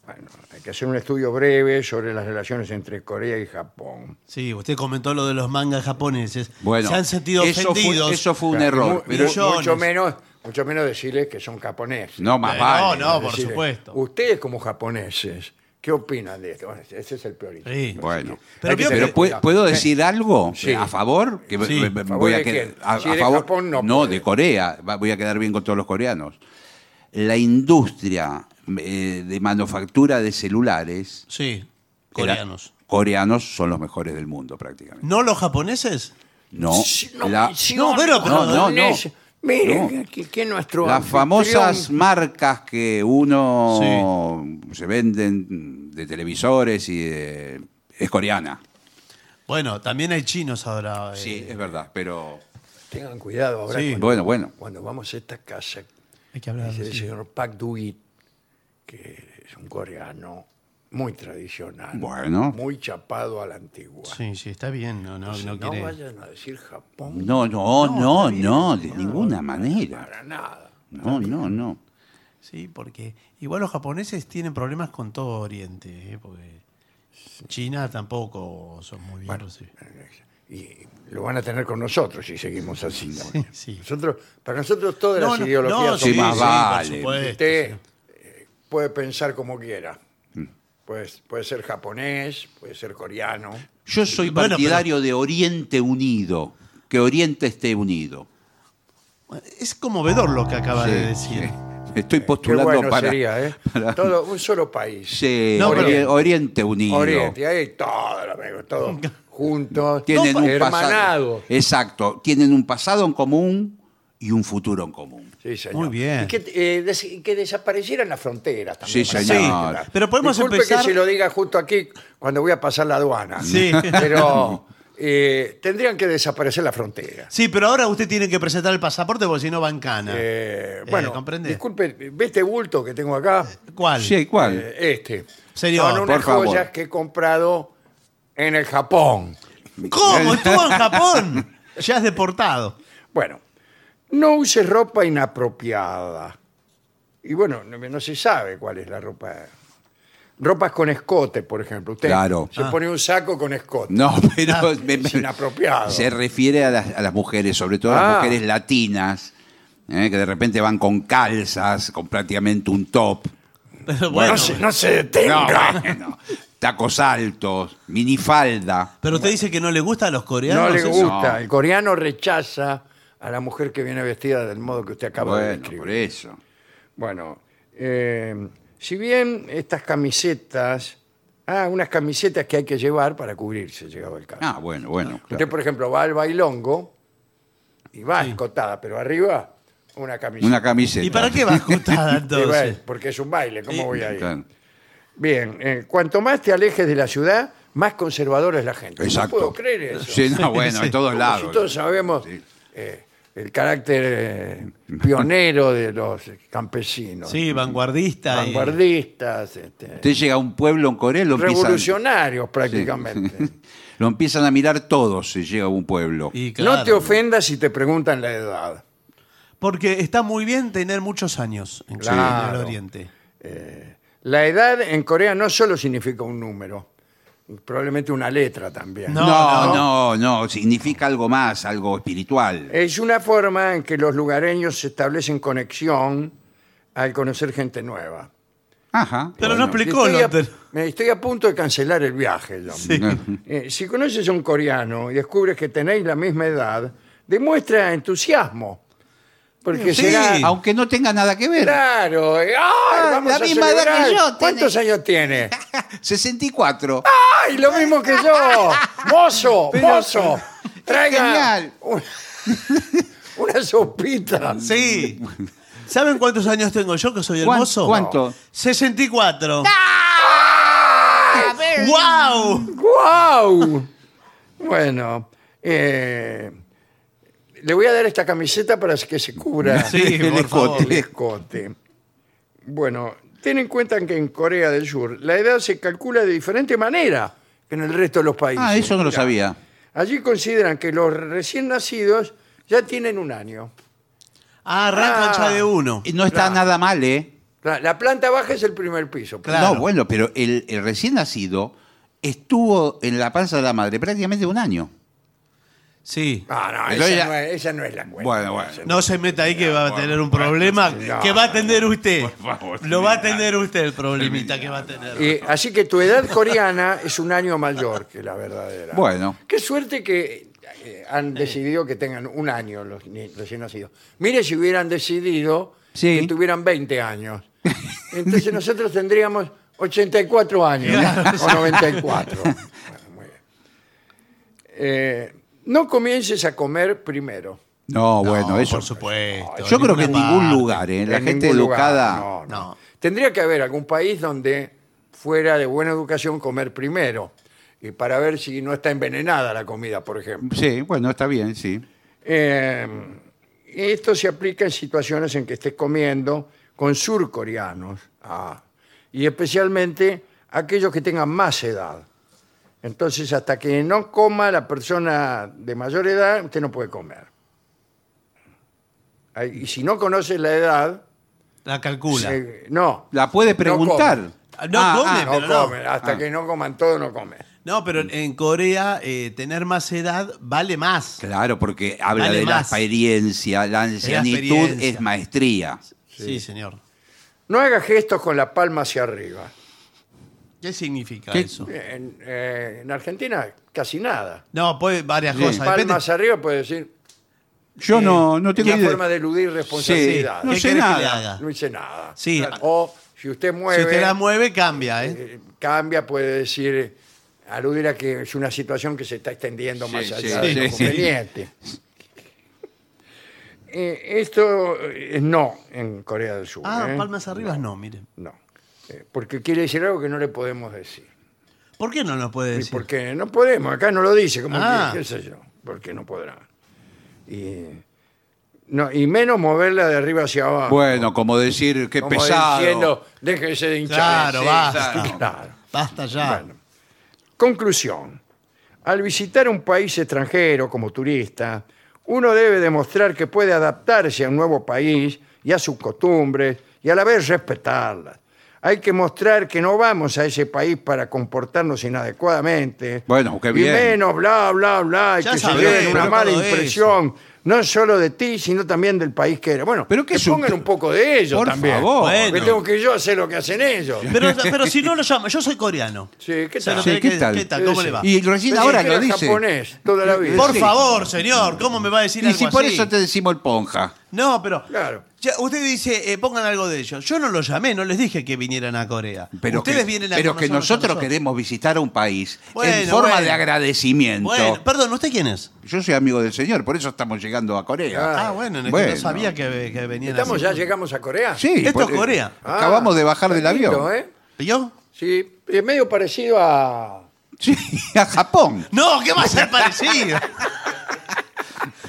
B: bueno, hay que hacer un estudio breve sobre las relaciones entre Corea y Japón.
D: Sí, usted comentó lo de los mangas japoneses.
C: Bueno,
D: se han sentido
C: eso
D: ofendidos.
C: Fue, eso fue un
B: Claro,
C: error.
B: mu-
C: pero-
B: mu- mucho
D: Millones.
B: menos, mucho menos decirles que son japoneses.
C: no, más
D: Eh,
C: vale.
D: no, no, por
B: Decirles,
D: supuesto.
B: Ustedes como japoneses, ¿qué opinan de esto? Bueno, ese es el peor. ejemplo.
D: Sí.
C: Bueno,
D: Pero
C: pero,
D: vio que-
C: pu- ¿puedo,
B: Sí.
C: decir algo
B: Sí.
C: a favor? Que me-
D: Sí.
C: me- me-
B: ¿A favor
C: voy a
B: de
C: qued-
B: quién?
C: a-
B: Si
C: a
B: de
C: favor-
B: Japón, no puede.
C: de Corea. Va- Voy a quedar bien con todos los coreanos. La industria eh, de manufactura de celulares.
D: Sí,
C: era-
D: coreanos.
C: coreanos son los mejores del mundo prácticamente.
D: ¿No los japoneses?
C: No.
B: Sí, no,
C: la-
B: sí,
D: No, pero-
C: no, no, no.
B: japonés. Miren,
C: No.
B: que, que nuestro
C: las
B: anfitrión-
C: famosas marcas que uno se venden de televisores y de- es coreana.
D: Bueno, también hay chinos ahora. eh.
C: Sí, es verdad, pero
B: Tengan cuidado ahora
D: Sí.
B: cuando,
C: bueno, bueno.
B: cuando vamos a esta casa.
D: Hay que hablar.
B: Es el
D: sí.
B: señor Pak Duit, que es un coreano muy tradicional.
C: Bueno.
B: Muy chapado a la antigua.
D: Sí, sí, está bien. No, no,
B: Dice,
D: no
B: no
D: quiere.
B: vayan a decir Japón
C: No, no, no, no, de ninguna manera.
B: para nada.
C: No, no, no.
D: Sí, porque igual los japoneses tienen problemas con todo Oriente, ¿eh? porque China tampoco son muy bien recibidos.
B: Y lo van a tener con nosotros si seguimos así. ¿no?
D: sí.
B: Nosotros, para nosotros todas las ideologías
D: no,
B: son
C: sí, más
B: válidas.
C: vale.
D: por supuesto.
B: Usted eh, puede pensar como quiera.
C: Mm.
B: Pues, puede ser japonés, puede ser coreano.
C: Yo soy
D: Bueno, pero-
C: partidario de Oriente Unido, que Oriente esté unido.
D: Es conmovedor lo que acaba de decir.
C: Estoy
B: Qué
C: postulando
B: bueno
C: para,
B: sería, ¿eh?
C: (laughs) para-
B: Todo un solo país.
C: Sí,
D: No,
C: Ori-
B: pero-
C: Oriente Unido.
B: Oriente, ahí todos los amigos, todos
D: (laughs)
B: juntos,
C: Tienen un pasado.
B: hermanados.
C: Exacto, tienen un pasado en común y un futuro en común.
B: Sí, señor.
D: Muy bien.
B: Y que, eh, des- y que desaparecieran las fronteras también.
C: Sí,
B: para
C: señor.
B: nada.
C: Sí,
D: pero podemos
B: Disculpe
D: empezar-
B: que se lo diga justo aquí cuando voy a pasar la aduana.
D: Sí.
B: (laughs)
D: (laughs)
B: Pero eh, tendrían que desaparecer las fronteras.
D: Sí, pero ahora usted tiene que presentar el pasaporte porque si no va en cana.
B: Eh,
D: Eh,
B: bueno,
D: ¿comprende?
B: disculpe, ¿ve este bulto que tengo acá?
D: ¿Cuál?
C: Sí, ¿cuál?
B: Eh, este.
D: Señor,
B: Son unas
C: por favor.
B: joyas que he comprado en el Japón. (laughs)
D: ¿Cómo? Estuvo en Japón. Ya es deportado.
B: Bueno, no uses ropa inapropiada. Y bueno, no, no se sabe cuál es la ropa. Ropas con escote, por ejemplo. Usted
C: Claro.
B: se pone un saco con escote.
C: No, (laughs) pero me- me-
B: es Ah, inapropiado.
C: se refiere a las, a las mujeres, sobre todo a
B: Ah.
C: las mujeres latinas, eh, que de repente van con calzas, con prácticamente un top.
D: Pero
B: No,
D: bueno.
B: se, no se detenga.
C: No, bueno, tacos altos, minifalda.
D: Pero usted dice que no le gusta a
B: (laughs)
D: los
B: No,
D: coreanos.
B: le
D: eso.
B: gusta.
C: No.
B: El coreano rechaza a la mujer que viene vestida del modo que usted acaba de
C: Bueno,
B: describir.
C: por eso.
B: Bueno, eh, si bien estas camisetas. Ah, unas camisetas que hay que llevar para cubrirse, llegado el caso.
C: Ah, bueno, bueno.
B: Usted,
C: claro.
B: por ejemplo, va al bailongo y va escotada, pero arriba una camiseta.
C: Una camiseta.
D: ¿Y para qué va
B: (laughs)
D: escotada
B: Y va-
D: entonces?
B: Porque es un baile, ¿cómo voy a ir?
C: Claro.
B: Bien, eh, cuanto más te alejes de la ciudad, más conservadora es la gente.
C: Exacto.
B: No puedo creer eso.
C: Sí, no, bueno,
D: Sí.
C: en todos
B: Como
C: lados.
B: si todos sabemos eh, el carácter eh, pionero de los campesinos.
D: Sí, vanguardista. y-
B: Vanguardistas, este,
C: Usted llega a un pueblo en Corea, lo empiezan,
B: revolucionarios prácticamente.
C: lo empiezan a mirar todos si llega a un pueblo.
D: y
B: No
D: claro.
B: te ofendas si te preguntan la edad.
D: Porque está muy bien tener muchos años en,
B: Claro.
D: en el Oriente.
B: La edad en Corea no solo significa un número, probablemente una letra también.
D: No,
C: no, no, no, significa algo más, algo espiritual.
B: Es una forma en que los lugareños se establecen conexión al conocer gente nueva.
C: Ajá.
D: Pero
C: bueno.
D: no explicó lo
B: estoy, a,
D: anterior.
B: me estoy a punto de cancelar el viaje. el hombre. Eh, si conoces a un coreano y descubres que tenéis la misma edad, demuestra entusiasmo. Porque
D: Sí.
B: será...
C: Aunque no tenga nada que ver.
B: Claro, eh, ¡ay, vamos
C: Ah, la
B: a
C: misma edad que
B: celebrar!
C: yo
B: ¿Cuántos
C: tenés.
B: años tiene?
C: 64.
B: ¡Ay, lo mismo que yo! ¡Mozo, mozo! Traiga
C: genial.
B: un- una sopita.
D: Sí. ¿Saben cuántos años tengo yo que soy
C: ¿Cuán-
D: hermoso?
C: ¿Cuánto?
D: 64. ¡Wow!
B: ¡Guau! Bueno, eh, le voy a dar esta camiseta para que se cubra
D: Sí,
C: El
D: por favor.
B: el escote. Bueno, ten en cuenta que en Corea del Sur la edad se calcula de diferente manera que en el resto de los países.
C: Ah, eso no lo
B: Mirá,
C: sabía.
B: Allí consideran que los recién nacidos Ya tienen un año.
D: Ah, arrancan
B: Ah.
D: ya de uno.
C: Y No está
B: Claro.
C: nada mal, ¿eh?
B: La, la planta baja es el primer piso.
D: Claro.
C: No, bueno, pero el, el recién nacido estuvo en la panza de la madre prácticamente un año.
D: Sí.
B: Ah, no,
C: Entonces
B: esa,
C: ya-
B: no es, esa no es la cuenta.
C: Bueno, bueno.
B: Esa
D: No se meta ahí que va a tener un problema
B: no,
D: que va a atender usted.
C: por favor,
D: Lo va a
C: termina.
D: atender usted el problemita que va a tener.
B: Eh, así que tu edad coreana es un año mayor que la verdadera.
C: Bueno.
B: Qué suerte que eh, han decidido que tengan un año los ni- recién nacidos. Mire si hubieran decidido
C: Sí.
B: que tuvieran 20 años.
C: (laughs)
B: Entonces nosotros tendríamos 84 años o 94. Bueno, muy bien. Eh, no comiences a comer primero.
C: No, bueno,
D: No,
C: eso.
D: Por supuesto.
C: Yo creo que en
D: ninguna
C: ningún
D: parte.
C: lugar, ¿eh? La
B: En
C: gente
B: ningún lugar,
C: educada.
B: no, no.
D: No.
B: Tendría que haber algún país donde fuera de buena educación comer primero. Y para ver si no está envenenada la comida, por ejemplo.
C: Sí, bueno, está bien, sí.
B: Eh, esto se aplica en situaciones en que estés comiendo con surcoreanos. Ah, y especialmente aquellos que tengan más edad. Entonces, hasta que no coma la persona de mayor edad, usted no puede comer. Ay, Y si no conoces la edad,
D: La calcula.
B: se- no,
C: La puede preguntar.
B: No
D: Ah, no come, (laughs)
B: no
D: Pero no.
B: comen, hasta
C: Ah.
B: que no coman todo, no comen.
D: No, pero en Corea eh, tener más edad vale más.
C: Claro, porque habla
D: Vale
C: de la
D: más.
C: experiencia. La ancianitud
D: experiencia.
C: es maestría.
D: Sí, señor.
B: No haga gestos con la palma hacia arriba.
D: ¿Qué significa
C: ¿Qué?
D: eso?
B: En, eh, en Argentina, casi nada.
D: No, pues varias
C: Sí.
D: cosas.
B: Palma
D: Depende-
B: hacia arriba puede decir.
C: Yo no, no tengo
B: una
C: idea.
B: forma de eludir responsabilidad.
C: no
D: ¿Qué
C: sé
D: querés que le
C: nada.
D: haga?
B: No hice nada.
D: Sí.
B: O si usted mueve,
D: Si usted la mueve, cambia, ¿eh?
B: eh, cambia, puede decir, eh, aludir a que es una situación que se está extendiendo más
C: sí,
B: allá
D: sí,
B: de lo
D: sí.
B: conveniente. Eh, esto es no en Corea del Sur.
D: Ah,
B: ¿eh?
D: palmas arriba no, mire.
B: No. Eh, Porque quiere decir algo que no le podemos decir.
D: ¿Por qué no nos puede
B: Y
D: decir?
B: Porque no podemos, acá no lo dice, como
D: Ah.
B: que, qué sé yo, porque no podrá. Y, no, y menos moverla de arriba hacia abajo.
C: Bueno, como decir, qué
B: como
C: pesado.
B: diciendo, déjese de hinchar.
D: Claro,
B: Sí,
D: basta.
B: claro.
D: Basta ya.
B: Bueno. Conclusión. Al visitar un país extranjero como turista, uno debe demostrar que puede adaptarse a un nuevo país y a sus costumbres y a la vez respetarlas. Hay que mostrar que no vamos a ese país para comportarnos inadecuadamente.
C: Bueno, qué
B: Y
C: bien.
B: menos bla, bla, bla, y
D: Ya
B: que
D: sabés,
B: se lleven una
D: pero
B: mala
D: todo eso.
B: impresión, no solo de ti, sino también del país que era. Bueno,
C: Pero
B: que
C: que es un
B: pongan
C: tra-
B: un poco de ellos
C: Por
B: también.
C: favor.
B: Porque
D: Bueno.
B: tengo que yo hacer lo que hacen ellos.
D: Pero, pero si no lo llama, yo soy coreano.
B: Sí, ¿qué
D: Se lo
B: tal?
C: Sí,
D: tenés
C: ¿qué
D: que-
C: tal?
D: ¿Cómo le va?
C: Y recién
B: Pero
C: ahora
B: si
C: lo
B: era
C: dice.
B: japonés toda la vida.
D: Por
C: Sí.
D: favor, señor, ¿cómo me va a decir
C: Y
D: algo
C: si por
D: así?
C: eso te decimos el ponja.
D: No, pero.
B: Claro.
D: Ya, usted dice, eh, pongan algo de ellos. Yo no los llamé, no les dije que vinieran a Corea.
C: Pero
D: Ustedes
C: que,
D: vienen a
C: pero que
D: conocernos a
C: nosotros, queremos visitar un país en
D: Bueno,
C: forma
D: bueno.
C: de agradecimiento.
D: Bueno, perdón, ¿usted quién es?
C: Yo soy amigo del señor, por eso estamos llegando a Corea.
B: Ah,
D: Ah, bueno, es que
C: bueno.
D: no sabía que, que venían
B: Estamos
D: así.
B: ya llegamos a Corea.
C: Sí,
D: Esto
C: por-
D: es Corea.
B: Ah,
C: Acabamos de bajar del
B: lindo,
C: avión.
B: ¿eh?
D: ¿Yo?
B: Sí, es medio parecido a
C: Sí, a Japón.
D: No, ¿qué va a ser parecido? (laughs)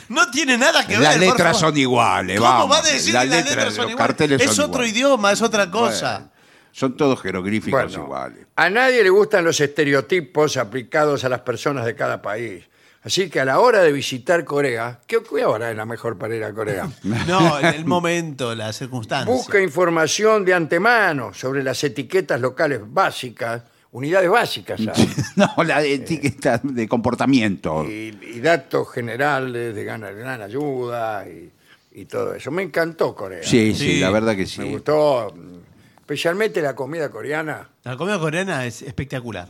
D: no tiene nada que ver.
C: Las
D: por
C: letras
D: favor.
C: son iguales,
D: ¿Cómo
C: vamos.
D: va a decir
C: las
D: que las
C: letras,
D: letras son
C: los
D: iguales?
C: carteles
D: Es
C: son
D: otro
C: iguales.
D: idioma, es otra cosa.
C: Bueno, son todos jeroglíficos
B: Bueno,
C: iguales.
B: A nadie le gustan los estereotipos aplicados a las personas de cada país. Así que a la hora de visitar Corea, ¿qué, qué hora es la mejor para ir a
C: (laughs)
B: Corea?
D: (laughs) No, en el momento, la circunstancia.
B: Busca información de antemano sobre las etiquetas locales básicas, unidades básicas, ¿sabes?
C: (laughs) No, la
B: Eh.
C: etiqueta de comportamiento.
B: y, y datos generales de gran, gran ayuda y, y todo eso. Me encantó Corea.
C: Sí, sí,
D: Sí.
C: la verdad que
B: Me
C: sí.
B: gustó, mm, especialmente la comida coreana.
D: La comida coreana es espectacular.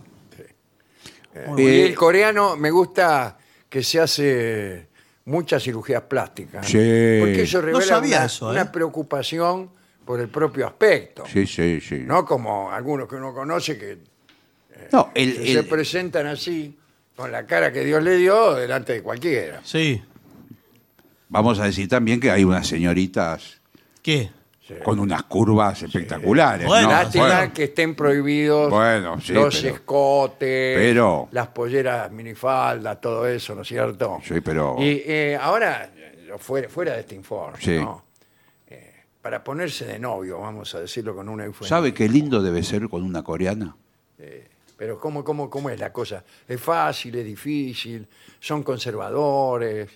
B: y
C: Eh,
B: el coreano me gusta que se hace muchas cirugías plásticas.
C: Sí.
B: Porque eso
D: No
B: revela
D: sabía
B: una,
D: eso, ¿eh?
B: una preocupación por el propio aspecto.
C: Sí, sí, sí. No,
B: No como algunos que uno conoce que
C: el-
B: se
C: el-
B: presentan así, con la cara que Dios le dio, delante de cualquiera.
D: Sí.
C: vamos a decir también que hay unas señoritas
D: ¿Qué?
C: con unas curvas espectaculares.
D: Bueno,
C: ¿no?
B: Lástima
C: Bueno.
B: que estén prohibidos
C: Bueno, sí,
B: los
C: pero-
B: escotes,
C: pero-
B: las polleras minifaldas, todo eso, ¿no es cierto?
C: Sí, pero-
B: Y eh, ahora, eh, fuera, fuera de este informe,
C: Sí.
B: ¿no? Eh, para ponerse de novio, vamos a decirlo con una euforia.
C: ¿Sabe qué lindo debe ser con una coreana?
B: Pero ¿cómo, cómo, ¿cómo es la cosa? ¿Es fácil, es difícil? ¿Son conservadores?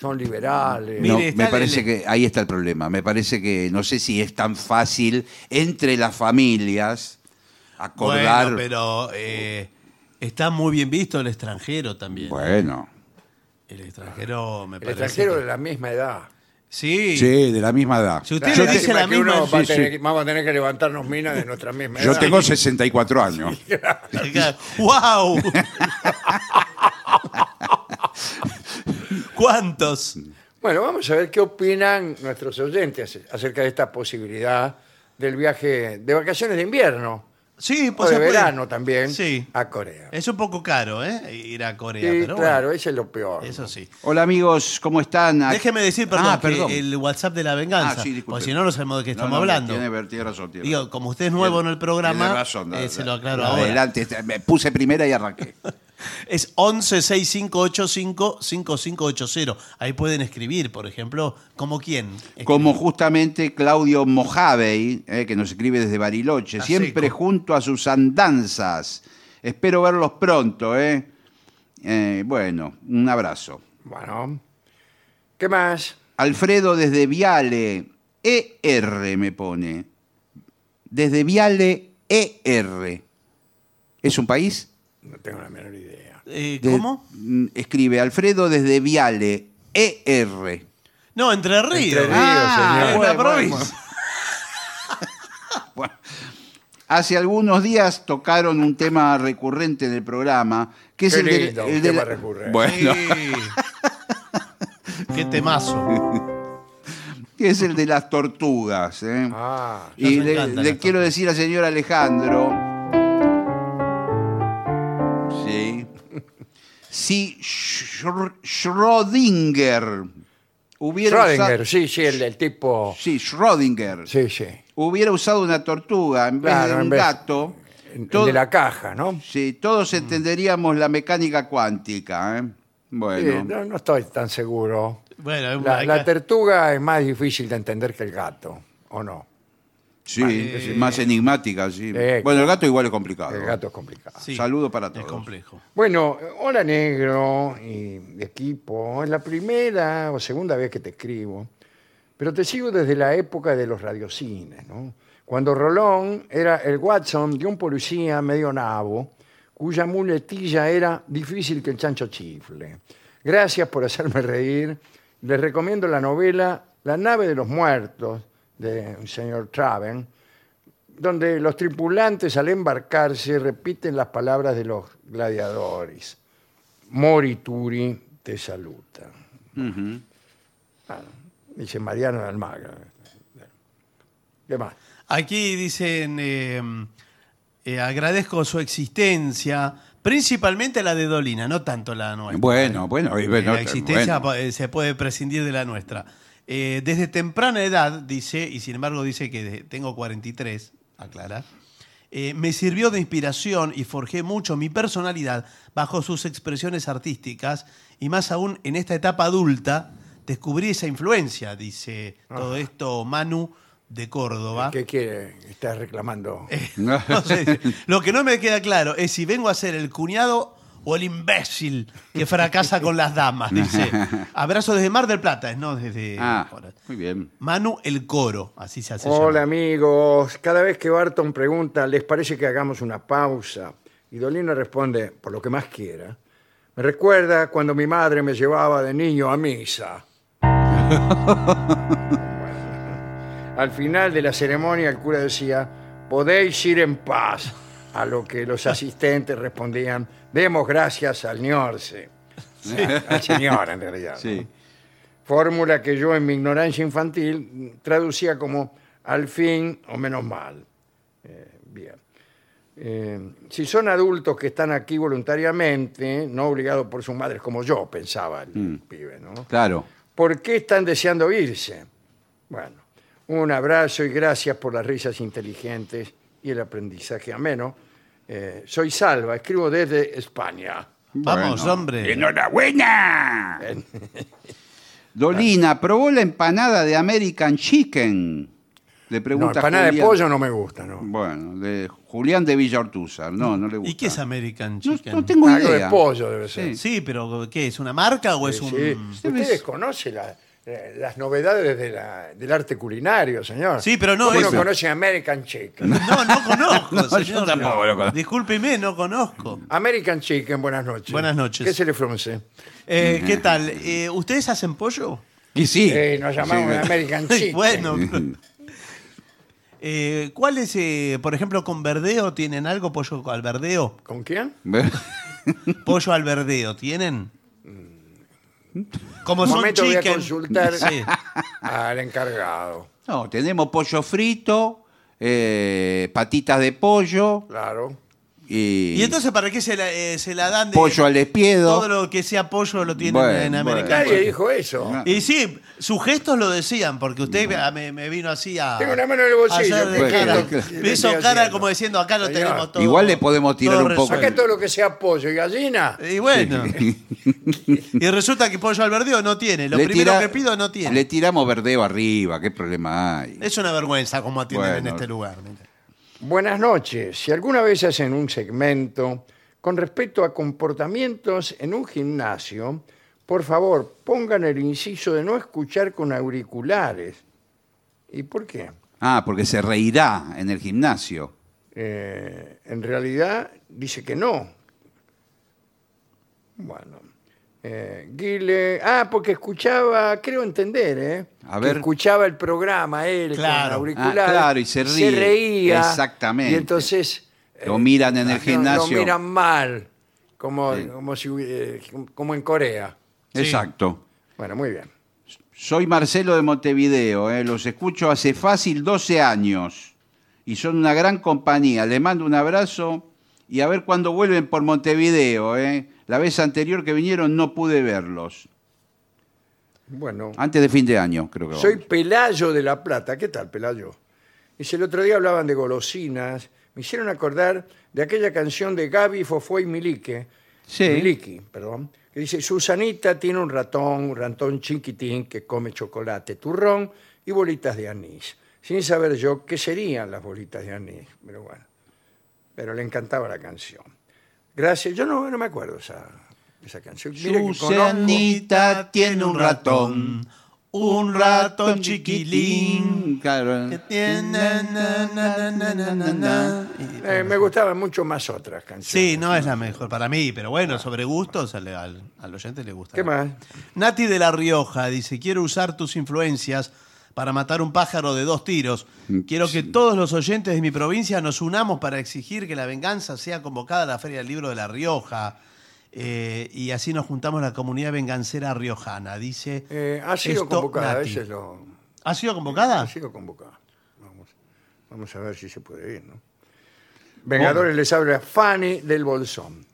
B: son liberales.
C: No,
D: Mire, está
C: me
D: el-
C: parece
D: el-
C: que ahí está el problema. Me parece que no sé si es tan fácil entre las familias acordar.
D: Bueno, pero eh, está muy bien visto el extranjero también.
C: Bueno.
D: El extranjero me
B: El
D: parece.
B: extranjero
D: que-
B: de la misma edad.
D: Sí.
C: Sí, de la misma edad.
D: Si usted
B: Claro,
D: le dice
B: lástima
D: la
B: que uno
D: misma.
B: va a
C: sí,
B: tener
C: sí.
B: que- vamos a tener que levantarnos minas de nuestra misma edad.
C: Yo tengo 64 años.
B: (laughs)
D: ¡Wow! ¿Cuántos?
B: Bueno, vamos a ver qué opinan nuestros oyentes acerca de esta posibilidad del viaje de vacaciones de invierno
D: Sí,
B: o
D: pues
B: de
D: se puede.
B: verano también
D: Sí.
B: a Corea.
D: Es un poco caro, ¿eh? Ir a Corea,
B: Sí,
D: pero
B: claro,
D: bueno,
B: ese es lo peor.
D: eso sí.
C: Hola amigos, ¿cómo están? Ac-
D: Déjeme decir, perdón,
C: Ah,
D: que
C: perdón.
D: el WhatsApp de la venganza.
C: Ah, sí, disculpe.
D: porque si no, no sabemos de qué
C: No,
D: estamos
C: no,
D: hablando.
C: Tiene, ver- tiene razón. tiene
D: Digo,
C: razón.
D: como usted es nuevo en el programa,
C: Tiene razón,
D: eh,
C: da-
D: se lo aclaro
C: da-
D: ahora.
C: Adelante, este, me puse primera y arranqué.
D: (laughs) Es 11 6585 5580. Ahí pueden escribir, por ejemplo, como quién.
C: Como justamente Claudio Mojavey, eh, que nos escribe desde Bariloche,
D: Está
C: siempre
D: Ah, seco.
C: junto a sus andanzas. Espero verlos pronto, ¿eh? Eh, Bueno, un abrazo.
B: Bueno, ¿qué más?
C: Alfredo desde Viale, ER me pone. Desde Viale, ER. ¿Es un país?
B: No tengo la menor idea.
D: Eh,
C: De-
D: ¿Cómo?
C: Mm, Escribe Alfredo desde Viale, ER.
D: No, Entre Ríos.
B: Entre Ríos,
C: Ah,
B: señor.
D: buena
B: Bueno, bueno,
D: provincia.
C: Bueno, hace algunos días tocaron un tema recurrente del programa, que es
B: Qué
C: el de-
B: lindo,
C: el de,
B: un tema
C: la-
B: recurrente.
C: Bueno,
D: (laughs) Sí. Qué temazo.
C: que es el de las tortugas. ¿eh?
B: Ah,
D: nos
C: y le,
D: encantan
C: le
D: las
C: quiero
D: tortugas.
C: decir al señor Alejandro. Sí. Si Schr- Schrödinger hubiera
B: Schrödinger,
C: usa-
B: sí, sí, el, el tipo.
C: Sí, Schrödinger.
B: Sí, sí.
C: Hubiera usado una tortuga en vez
B: Claro,
C: de
B: en
C: un
B: vez-
C: gato.
B: el- el
C: todo-
B: de la Mm. caja, ¿no?
C: Sí, todos entenderíamos la mecánica cuántica. ¿eh?
B: Sí,
C: Bueno,
B: no, no estoy tan seguro.
D: Bueno,
B: La,
D: acá-
B: la tortuga es más difícil de entender que el gato, ¿o no?
C: sí, es más enigmática, sí.
B: Eh,
C: bueno, el gato igual es complicado.
B: El gato es complicado.
D: sí,
C: Saludo para
D: Es
C: todos.
D: complejo.
B: Bueno, hola negro y equipo. Es la primera o segunda vez que te escribo, pero te sigo desde la época de los radiocines, ¿no? Cuando Rolón era el Watson de un policía medio nabo, cuya muletilla era difícil que el chancho chifle. Gracias por hacerme reír. Les recomiendo la novela La nave de los muertos, de un señor Traven, donde los tripulantes al embarcarse repiten las palabras de los gladiadores. Morituri te saluta. Ah, dice Mariano de Almagro. ¿Qué más?
D: Aquí dicen, eh, eh, agradezco su existencia, principalmente la de Dolina, no tanto la nuestra.
C: Bueno, bueno, y
D: Eh,
C: bueno,
D: la existencia
C: bueno.
D: po- eh, se puede prescindir de la nuestra. Eh, desde temprana edad, dice, y sin embargo dice que de- tengo 43, aclara, eh, me sirvió de inspiración y forjé mucho mi personalidad bajo sus expresiones artísticas y más aún en esta etapa adulta descubrí esa influencia, dice todo esto Manu de Córdoba.
B: ¿Qué quiere? Estás reclamando.
D: (laughs) Entonces, lo que no me queda claro es si vengo a ser el cuñado o el imbécil que fracasa con las damas,
C: (laughs)
D: dice. Abrazo desde Mar del Plata, es no desde...
C: Ah, muy bien.
D: Manu el coro, así se hace.
B: Hola
D: llamar.
B: amigos. Cada vez que Barton pregunta, ¿les parece que hagamos una pausa? Y Dolina responde, por lo que más quiera. Me recuerda cuando mi madre me llevaba de niño a
D: (laughs)
B: misa. Al final de la ceremonia el cura decía, podéis ir en paz, a lo que
D: (laughs)
B: los asistentes respondían, demos gracias al ñorce. al señor en realidad. ¿no?
C: Sí.
B: Fórmula que yo en mi ignorancia infantil traducía como al fin o menos mal. Eh, bien. Eh, si son adultos que están aquí voluntariamente, no obligados por sus madres, como yo pensaba el
C: Mm.
B: pibe, ¿no?
C: Claro.
B: ¿Por qué están deseando irse? Bueno, un abrazo y gracias por las risas inteligentes y el aprendizaje ameno. Eh, soy Salva, escribo desde España.
D: Vamos,
C: Bueno.
D: hombre.
C: ¡Enhorabuena! Dolina, probó la empanada de American Chicken. Le
B: No,
C: pregunta
B: empanada de
C: Julián-
B: pollo no me gusta, ¿no?
C: Bueno, de Julián de Villa Ortúzar. No, no le gusta.
D: ¿Y qué es American
C: No,
D: Chicken?
C: no tengo
B: Algo de
C: idea.
B: pollo debe ser.
C: Sí.
D: Sí, pero ¿qué? ¿Es una marca o es un.?
B: Sí. Ustedes conocen la- eh, las novedades de la- del arte culinario, señor.
D: Sí, pero no
B: Uno
D: eso.
B: conoce American Chicken.
D: No, no conozco,
C: (laughs) No, yo
D: señor.
C: tampoco lo conozco.
D: Discúlpeme, no conozco.
B: American Chicken, buenas noches.
D: Buenas noches.
B: ¿Qué se le frunce?
C: (laughs)
D: Eh, ¿Qué tal? Eh, ¿Ustedes hacen pollo?
C: Y sí.
B: Eh, nos llamamos
C: Sí,
B: (laughs)
D: (laughs)
B: American Chicken.
D: Bueno. pero- Eh, ¿Cuál es, eh, por ejemplo, con verdeo? ¿Tienen algo? ¿Pollo al verdeo?
B: ¿Con
D: (laughs)
B: quién?
D: ¿Pollo al verdeo
C: (laughs)
D: tienen? Como
B: Un
D: son
B: momento voy a
D: chicken.
B: consultar
C: (laughs)
D: Sí.
B: al Ah, encargado.
C: (laughs) No, tenemos pollo frito, eh, patitas de pollo
B: Claro.
C: y,
D: ¿Y entonces para qué se la, eh, se la dan de
C: pollo al espiedo.
D: todo lo que sea pollo lo tienen
C: Bueno,
D: en América?
B: Nadie dijo eso.
C: No.
D: Y sí, sus gestos lo decían, porque usted ah, me, me vino así a.
B: Tengo una mano en el bolsillo,
D: a hacer de
C: pues,
D: cara.
C: claro.
D: Me hizo
B: Estoy
D: cara
B: haciendo.
D: como diciendo, acá lo
B: Señor.
D: tenemos todo.
C: Igual le podemos tirar
D: todo
C: un poco.
D: resuelto.
B: Acá todo lo que sea pollo y gallina.
D: Y bueno. y resulta que Pollo Alberdeo no tiene. Lo
C: Le
D: primero
C: tira-
D: que pido no tiene.
C: Le tiramos verdeo arriba, qué problema hay.
D: Es una vergüenza como atienden en
C: Bueno.
D: este lugar. mire.
B: Buenas noches. Si alguna vez hacen un segmento con respecto a comportamientos en un gimnasio, por favor pongan el inciso de no escuchar con auriculares. ¿Y por qué?
C: Ah, porque se reirá en el gimnasio.
B: Eh, en realidad dice que no. Bueno. Eh, Guile, ah, porque escuchaba, creo entender, ¿eh?
C: A
B: Que
C: ver.
B: escuchaba el programa él
D: Claro.
B: con auriculares.
C: Ah, claro, y se ríe.
B: reía.
C: Exactamente.
B: Y entonces eh, ah,
C: Lo miran en el
B: Lo-
C: gimnasio.
B: Lo miran mal, como,
C: Sí.
B: como, si, eh, como en Corea.
C: Exacto.
B: Bueno, muy bien.
C: Soy Marcelo de Montevideo, eh, los escucho hace fácil 12 años y son una gran compañía. Les mando un abrazo y a ver cuándo vuelven por Montevideo. eh. La vez anterior que vinieron no pude verlos.
B: Bueno,
C: Antes de fin de año, creo que.
B: soy
C: vamos.
B: Pelayo de La Plata. ¿Qué tal, Pelayo? Dice, el otro día hablaban de golosinas. Me hicieron acordar de aquella canción de Gaby, Fofó y Milique.
C: Sí.
B: Miliki, perdón. Que dice, Susanita tiene un ratón, un ratón chiquitín que come chocolate, turrón y bolitas de anís. Sin saber yo qué serían las bolitas de anís. Pero bueno, pero le encantaba la canción. Gracias. Yo no, no me acuerdo esa, esa canción. Mira que conozco-
C: Susanita tiene un ratón,
D: Un ratón chiquilín.
C: Claro.
D: que tiene na, na, na, na, na, na.
B: Eh, me gustaban mucho más otras canciones.
D: Sí, no es la mejor para mí, pero bueno, sobre gustos al, al- al oyente le gusta.
B: ¿Qué más?
D: Nati de La Rioja dice, quiero usar tus influencias para matar un pájaro de dos tiros. Quiero que todos los oyentes de mi provincia nos unamos para exigir que la venganza sea convocada a la Feria del Libro de La Rioja. Eh, y así nos juntamos la comunidad vengancera riojana, dice.
B: Eh, ha sido
D: esto
B: convocada,
D: Nati.
B: ese es lo-
D: ¿Ha sido convocada?
B: Ha sido convocada. Vamos, vamos a ver si se puede ir, ¿no? Vengadores les habla Fanny del Bolsón.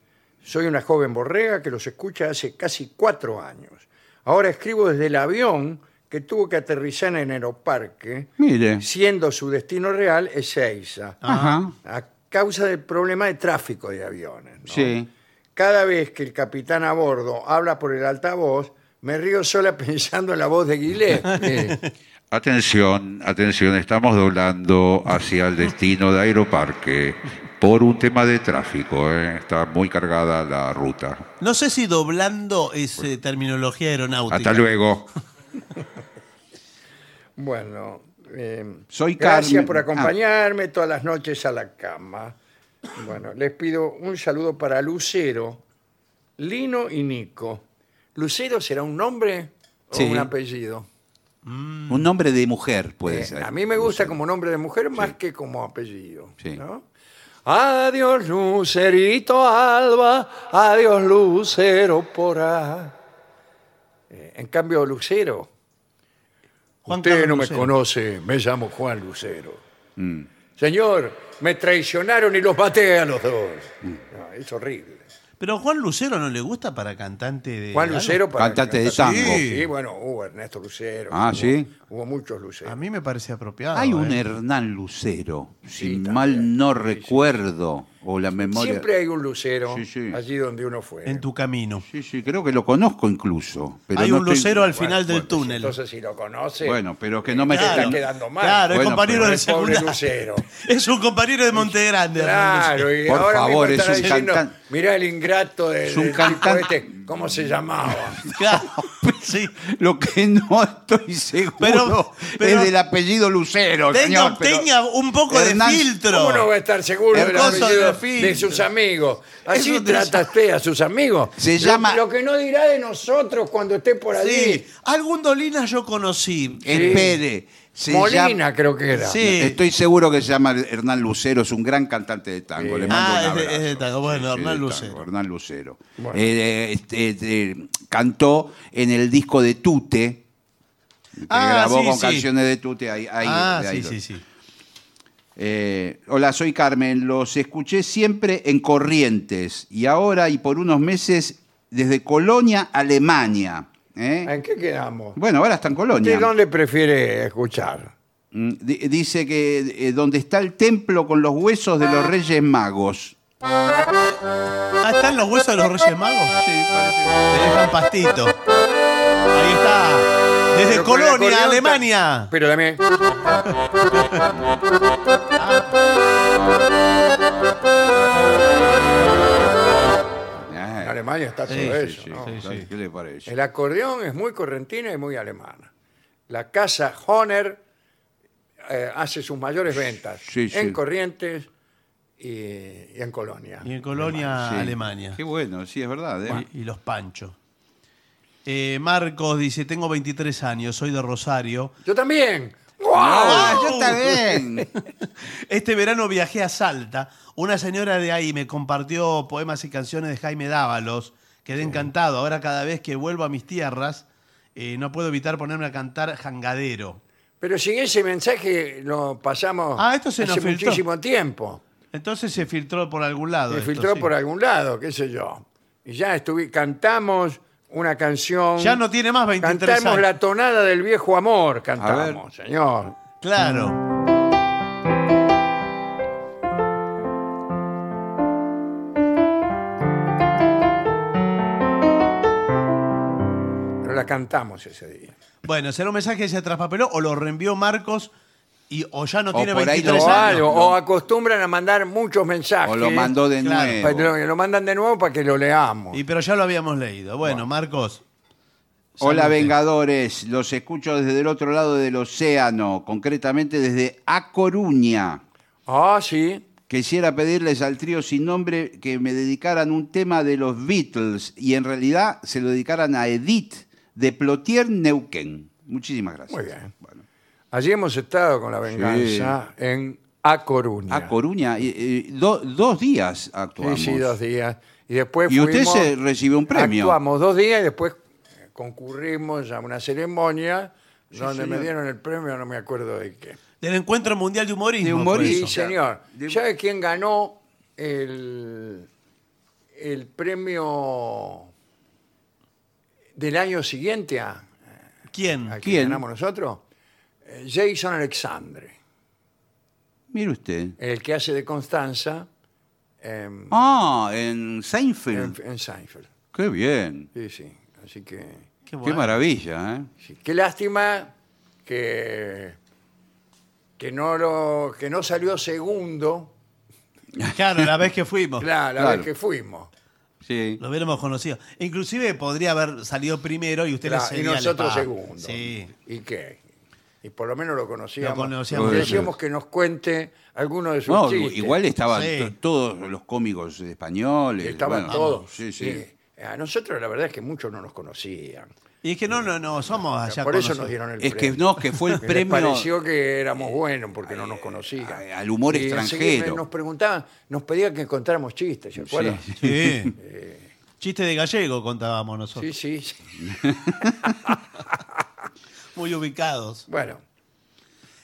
B: Soy una joven borrega que los escucha hace casi cuatro años. Ahora escribo desde el avión que tuvo que aterrizar en Aeroparque,
C: Mire.
B: siendo su destino real Ezeiza.
D: Ah.
C: Ajá.
B: a causa del problema de tráfico de aviones. ¿no?
C: Sí.
D: Ah.
B: Cada vez que el capitán a bordo habla por el altavoz, me río sola (laughs) pensando en la voz de Guillet.
E: Atención, atención, estamos doblando hacia el destino de Aeroparque por un tema de tráfico, ¿eh? está muy cargada la ruta.
D: No sé si doblando es eh, terminología aeronáutica.
E: Hasta luego.
B: bueno, eh,
C: Soy
B: gracias
C: Carmen. Ah.
B: por acompañarme todas las noches a la cama. Bueno, les pido un saludo para Lucero, Lino y Nico. ¿Lucero será un nombre o
C: Sí.
B: un apellido?
C: Un nombre de mujer puede
B: Eh,
C: ser.
B: A mí me gusta como nombre de mujer más que como apellido.
C: Sí.
B: ¿no? Adiós, Lucerito Alba, adiós, Lucero Porá. Eh, en cambio, Lucero.
D: Juan
B: Usted
D: Carlos
B: no me
D: Lucero.
B: conoce, me llamo Juan Lucero.
C: Mm.
B: Señor, me traicionaron y los maté a los dos.
C: Mm.
B: No, es horrible.
D: Pero Juan Lucero no le gusta para cantante de...
B: Juan
D: algo?
B: Lucero para.
C: Cantante de
B: cantar-
C: tango.
B: Sí, sí, bueno, hubo Ernesto Lucero.
C: Ah,
B: hubo-
C: sí.
B: Hubo muchos Luceros.
D: A mí me parece apropiado.
C: Hay un
D: ¿eh?
C: Hernán Lucero, si
B: también.
C: mal no
B: Sí, sí.
C: recuerdo. O la memoria.
B: Siempre hay un lucero
C: Sí, sí.
B: allí donde uno fue.
D: en tu camino.
C: Sí, sí, creo que lo conozco incluso. Pero
D: Hay
C: no
D: un
C: estoy-
D: lucero al final del
C: bueno,
D: túnel.
B: Entonces, si lo conoce,
C: Bueno, pero que no me
B: está
D: Claro.
B: quedando mal.
D: Claro,
C: Bueno,
D: es compañero
C: pero
D: de
B: el pobre
D: secundaria.
B: lucero.
D: Es un compañero de Monte Grande.
B: Claro, y
C: Por
B: ahora
C: favor,
B: mismo
C: es
B: estará
C: un
B: diciendo,
C: cantan-
B: Mirá el ingrato de,
C: Es un
B: del tipo
C: cantan-
B: este, ¿Cómo se llamaba?
D: (laughs) Claro, pues
C: (laughs)
D: sí.
C: Lo que no estoy (laughs) seguro
D: Pero- pero-
C: es del apellido Lucero,
D: Tenga,
C: señor. pero-
D: tenga un poco
C: Hernán-
D: de
B: ¿Cómo no va
D: filtro.
B: a estar seguro
D: El
B: del
D: coso
B: apellido
D: del filtro.
B: de sus amigos? Así
D: Eso te-
B: trataste a sus amigos.
C: Se
B: Lo-
C: llama-
B: Lo que no dirá de nosotros cuando esté por allí.
D: Sí, algún Dolina yo conocí.
C: Espere. se
B: Molina,
C: llama-
B: creo que era.
D: Sí.
C: Estoy seguro que se llama Hernán Lucero, es un gran cantante de tango.
B: Sí.
C: Le mando
D: Ah,
C: un
D: es de- es de
C: abrazo.
D: tango. Bueno,
C: de
D: Hernán
C: tango,
D: Lucero.
C: Hernán Lucero.
B: Bueno.
C: Eh, este, este, cantó en el disco de Tute, que
D: Ah,
C: grabó
D: sí,
C: con
D: sí.
C: canciones de Tute. Ahí, ahí-
D: ah,
C: de ahí
D: sí,
C: lo-
D: sí, sí.
C: Eh, hola, soy Carmen. Los escuché siempre en Corrientes y ahora y por unos meses desde Colonia, Alemania. ¿eh?
B: ¿En qué quedamos?
C: Bueno, ahora está en
B: ¿De
C: Colonia.
B: dónde prefiere escuchar?
C: Mm, di- Dice que eh, donde está el templo con los huesos de los Reyes Magos.
D: Ah, están los huesos de los Reyes Magos.
C: Sí, parece que-
D: Te dejan pastito. Ahí está. Desde
B: Pero con el
D: Colonia,
B: acordeón
D: Alemania.
B: ta- Pero dame.
C: Ah,
B: En Alemania está todo
D: Sí, sí,
B: eso.
C: sí,
B: ¿no?
C: sí, sí. Ah, ¿Qué le parece?
B: El acordeón es muy correntina y muy alemana. La casa Honer eh, hace sus mayores ventas
C: Sí, sí.
B: en Corrientes y, y en Colonia.
D: Y en Colonia,
C: Sí.
D: Alemania.
C: Qué bueno, sí, es verdad. ¿eh?
D: Y, y los Pancho. Eh, Marcos dice, tengo 23 años, soy de Rosario.
B: Yo también.
C: Ah,
B: ¡Guau!
C: ya está bien.
D: Este verano viajé a Salta. Una señora de ahí me compartió poemas y canciones de Jaime Dávalos. Quedé encantado. Ahora cada vez que vuelvo a mis tierras, eh, no puedo evitar ponerme a cantar jangadero.
B: Pero sin ese mensaje lo pasamos
D: Ah, esto se
B: hace
D: nos filtró.
B: muchísimo tiempo.
D: Entonces se filtró por algún lado.
B: Se
D: esto,
B: filtró
D: sí.
B: por algún lado, qué sé yo. Y ya estuvi, cantamos una canción.
D: Ya no tiene más 23
B: Cantamos
D: años.
B: la tonada del viejo amor, cantamos, señor.
D: Claro.
B: Pero la cantamos ese día.
D: Bueno, será un mensaje que se traspapeló o lo reenvió Marcos y o ya no
C: O
D: tiene
C: por ahí lo
B: O,
D: 23 años.
B: algo,
C: no.
B: o acostumbran a mandar muchos mensajes.
C: O lo mandó de
D: Claro.
B: Pa-
C: nuevo.
B: Lo, lo mandan de nuevo para que lo leamos.
D: Y pero ya lo habíamos leído. Bueno, Marcos.
C: Hola
D: salute.
C: Vengadores, los escucho desde el otro lado del océano, concretamente desde A Coruña.
B: Ah, sí.
C: Quisiera pedirles al trío sin nombre que me dedicaran un tema de los Beatles y en realidad se lo dedicaran a Edith de Plotier Neuquén. Muchísimas gracias.
B: Muy bien.
C: Bueno,
B: Allí hemos estado con la venganza en A Coruña.
C: a Coruña, y- y do- dos días
B: Sí,
C: actuamos.
B: sí, dos días. Y después
C: Y usted
B: fuimos-
C: se recibió un premio.
B: Actuamos dos días y después concurrimos a una ceremonia donde me
C: señor.
B: dieron el premio, no me acuerdo de qué.
D: Del Encuentro Mundial de Humorismo.
C: De
D: fue
C: humorismo.
B: Sí,
D: eso.
C: Eso.
B: señor.
C: De-
B: ¿Sabe quién ganó el, el premio del año siguiente a,
D: ¿Quién?
B: a que
C: ¿Quién?
B: ganamos nosotros? Eh, Jason Alexandre,
C: Mire usted.
B: el que hace de Constanza em,
C: Ah, en
B: en,
C: Seinfeld.
B: en Seinfeld.
C: Qué bien.
B: Sí, sí. Así que.
D: Qué
C: Qué
D: bueno.
C: maravilla, ¿eh?
B: Sí, qué lástima que, que, no lo, que no salió segundo
D: Claro, la vez que fuimos.
B: la, la
C: Oh, Claro.
B: vez que fuimos.
C: Sí.
D: Lo hubiéramos conocido. Inclusive podría haber salido primero y usted
B: Claro,
D: le
B: y
D: cedía el
B: nosotros
D: espacio.
B: segundo.
D: Sí.
B: ¿Y qué? Y por lo menos lo conocíamos.
D: Lo conocíamos.
B: Le decíamos que nos cuente alguno de sus
C: No,
B: chistes.
C: igual estaban
D: Sí.
C: to- todos los cómicos españoles.
B: Estaban
C: bueno,
B: todos.
C: Sí, sí.
B: Y a nosotros la verdad es que muchos no nos conocían.
D: Y es que no, no, no, somos allá
B: por eso
D: conocidos.
B: nos dieron el
C: Es que
B: premio.
C: no, que fue el
B: Que (laughs) les
C: premio.
B: pareció que éramos buenos porque no nos conocían.
C: eh, al humor
B: Y enseguida
C: extranjero.
B: Nos preguntaban, nos pedían que encontráramos chistes, ¿se acuerdan?
C: Sí.
B: (laughs)
D: Sí.
B: Eh.
D: Chiste de gallego contábamos nosotros.
B: Sí, sí, sí.
D: Muy ubicados.
B: Bueno,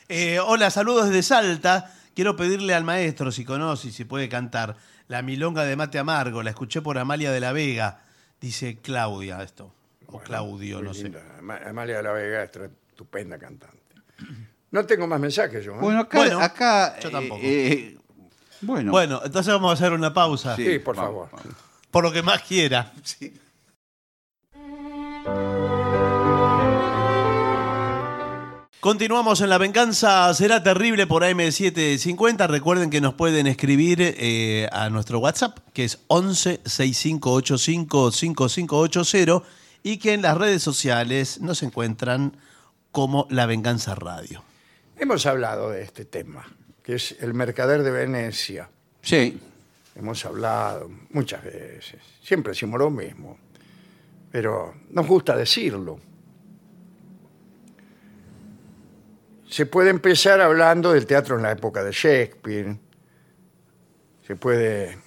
D: Eh, hola, saludos desde Salta. Quiero pedirle al maestro si conoce y si puede cantar La Milonga de Mate Amargo. La escuché por Amalia de la Vega. Dice Claudia esto. O Claudio, no
B: muy
D: sé.
B: linda. Ama- Amalia de la Vega es estupenda cantante. No tengo más mensajes yo. ¿eh?
C: Bueno, acá,
D: Bueno,
C: acá,
D: yo
C: eh,
D: tampoco.
C: eh, Bueno,
D: Bueno, entonces vamos a hacer una pausa.
B: Sí, por
C: vamos.
B: favor.
D: Por lo que más quiera. Sí. Continuamos en La Venganza Será Terrible por AM750. Recuerden que nos pueden escribir eh, a nuestro WhatsApp, que es 11 6585 5580, y que en las redes sociales nos encuentran como La Venganza Radio.
B: Hemos hablado de este tema, que es el mercader de Venecia.
C: Sí,
B: Hemos hablado muchas veces. Siempre decimos lo mismo. Pero nos gusta decirlo. Se puede empezar hablando del teatro en la época de Shakespeare. Se puede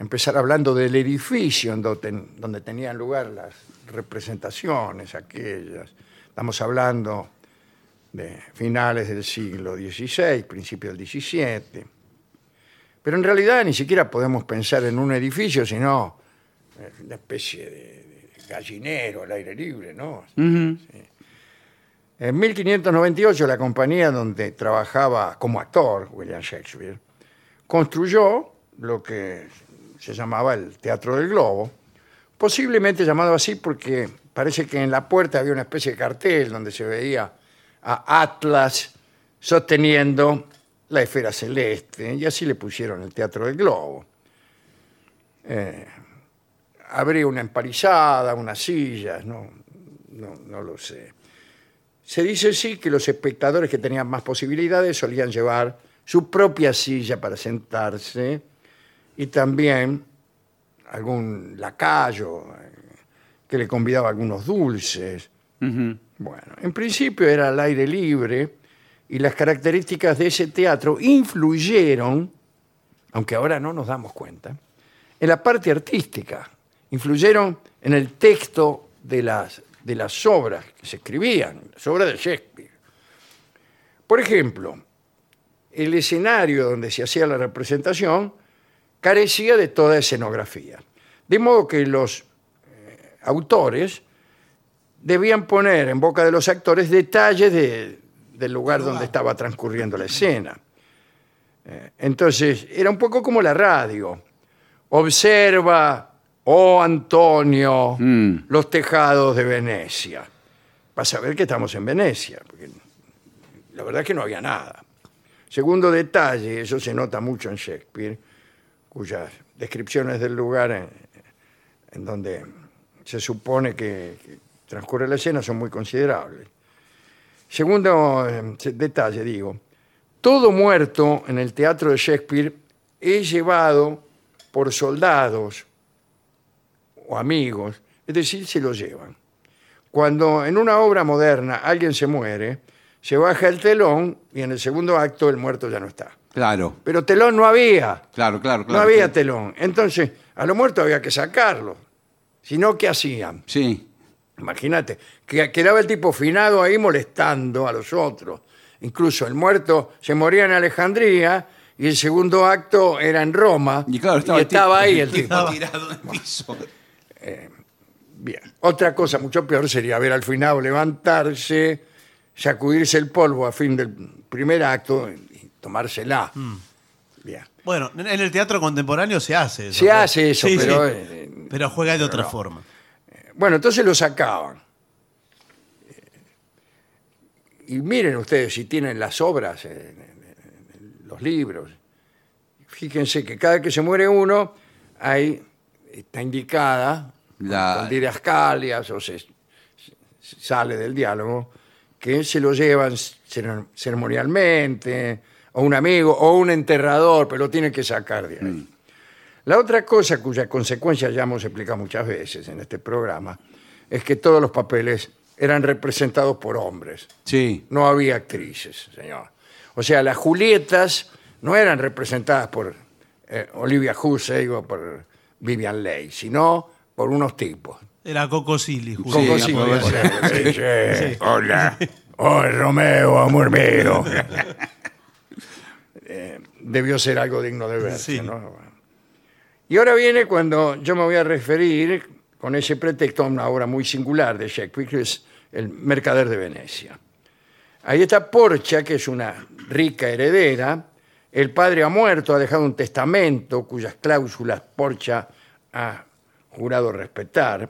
B: empezar hablando del edificio en donde, ten- donde tenían lugar las representaciones aquellas. Estamos hablando de finales del siglo XVI, principios del XVII. Pero en realidad ni siquiera podemos pensar en un edificio, sino eh, una especie de, de gallinero al aire libre, ¿no? Sí. En 1598 la compañía donde trabajaba como actor William Shakespeare construyó lo que se llamaba el Teatro del Globo, posiblemente llamado así porque parece que en la puerta había una especie de cartel donde se veía a Atlas sosteniendo la esfera celeste, y así le pusieron el Teatro del Globo. Eh, habría una empalizada, unas sillas, no, no, no lo sé. Se dice sí que los espectadores que tenían más posibilidades solían llevar su propia silla para sentarse y también algún lacayo eh, que le convidaba algunos dulces. Bueno, en principio era al aire libre y las características de ese teatro influyeron, aunque ahora no nos damos cuenta, en la parte artística, influyeron en el texto de las, de las obras que se escribían, las obras de Shakespeare. Por ejemplo, el escenario donde se hacía la representación carecía de toda escenografía. De modo que los eh, autores debían poner en boca de los actores detalles de- del lugar donde estaba transcurriendo la escena. Eh, Entonces, era un poco como la radio. Observa, oh Antonio,
C: Mm.
B: los tejados de Venecia. Para saber que estamos en Venecia, porque la verdad es que no había nada. Segundo detalle, eso se nota mucho en Shakespeare, cuyas descripciones del lugar en, en donde se supone que, que transcurre la escena son muy considerables. Segundo eh, se- detalle, digo, todo muerto en el teatro de Shakespeare es llevado por soldados o amigos, es decir, se lo llevan. Cuando en una obra moderna alguien se muere, se baja el telón y en el segundo acto el muerto ya no está.
C: claro,
B: Pero telón no había.
C: claro, claro. claro
B: No había telón. Entonces, a los muertos había que sacarlo. Si no, ¿qué hacían?
C: Sí,
B: Imagínate, que quedaba el tipo finado ahí molestando a los otros. Incluso el muerto se moría en Alejandría y el segundo acto era en Roma.
C: Y claro, estaba el tipo-
B: ahí
C: (laughs)
B: el tipo.
D: tirado en el piso.
B: Bien. Otra cosa mucho peor sería ver al finado levantarse, sacudirse el polvo a fin del primer acto y tomársela.
C: Mm.
B: Bien.
D: Bueno, en en el teatro contemporáneo se hace eso.
B: Se
D: ¿no?
B: hace eso,
D: Sí,
B: pero,
D: sí.
B: eh,
D: Pero juega de otra forma.
B: Bueno, entonces lo sacaban. Y miren ustedes si tienen las obras, en- en- en- en los libros. Fíjense que cada que se muere uno, ahí está indicada,
C: La-
B: con didascalias o se, se sale del diálogo, que se lo llevan cere- ceremonialmente, o un amigo, o un enterrador, pero lo tienen que sacar de ahí. La otra cosa cuya consecuencia ya hemos explicado muchas veces en este programa es que todos los papeles eran representados por hombres.
C: sí.
B: No había actrices, señor. O sea, las Julietas no eran representadas por eh, Olivia Hussey o por Vivian Leigh, sino por unos tipos.
D: Era Coco Silly.
B: Con
C: Sí,
B: cosita,
C: puede
B: por
C: ser.
B: ejemplo. Sí, sí. Hola. Oh, Romeo, amor mío. Eh, debió ser algo digno de ver.
D: Sí.
B: Y ahora viene cuando yo me voy a referir con ese pretexto a una obra muy singular de Shakespeare, que es El Mercader de Venecia. Ahí está Porcha, que es una rica heredera, El padre ha muerto, ha dejado un testamento cuyas cláusulas Porcha ha jurado respetar.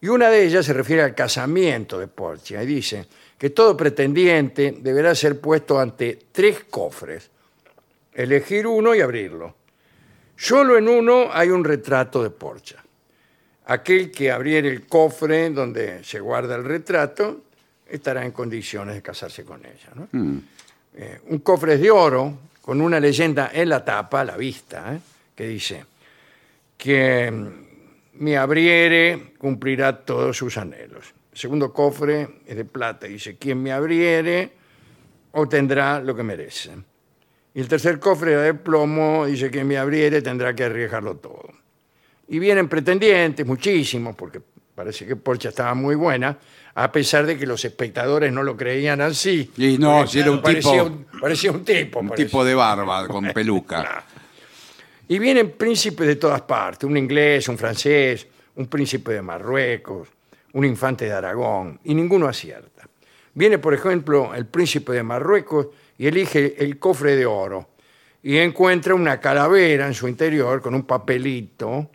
B: Y una de ellas se refiere al casamiento de Porcha y dice que todo pretendiente deberá ser puesto ante tres cofres, elegir uno y abrirlo. Solo en uno hay un retrato de Porcha. Aquel que abriere el cofre donde se guarda el retrato estará en condiciones de casarse con ella. ¿no? Eh, un cofre es de oro con una leyenda en la tapa, a la vista, ¿eh? que dice que mm, me abriere cumplirá todos sus anhelos. El segundo cofre es de plata y dice quien me abriere obtendrá lo que merece. Y el tercer cofre era de plomo, dice quien me abriere tendrá que arriesgarlo todo. Y vienen pretendientes, muchísimos, porque parece que Porcha estaba muy buena, a pesar de que los espectadores no lo creían así. Pues,
C: Y no, si era un
B: parecía
C: tipo-
B: un- parecía un tipo.
C: Un
B: parecía.
C: tipo de
B: (laughs)
C: barba con peluca.
B: Y vienen príncipes de todas partes, un inglés, un francés, un príncipe de Marruecos, un infante de Aragón, y ninguno acierta. Viene, por ejemplo, el príncipe de Marruecos y elige el cofre de oro y encuentra una calavera en su interior con un papelito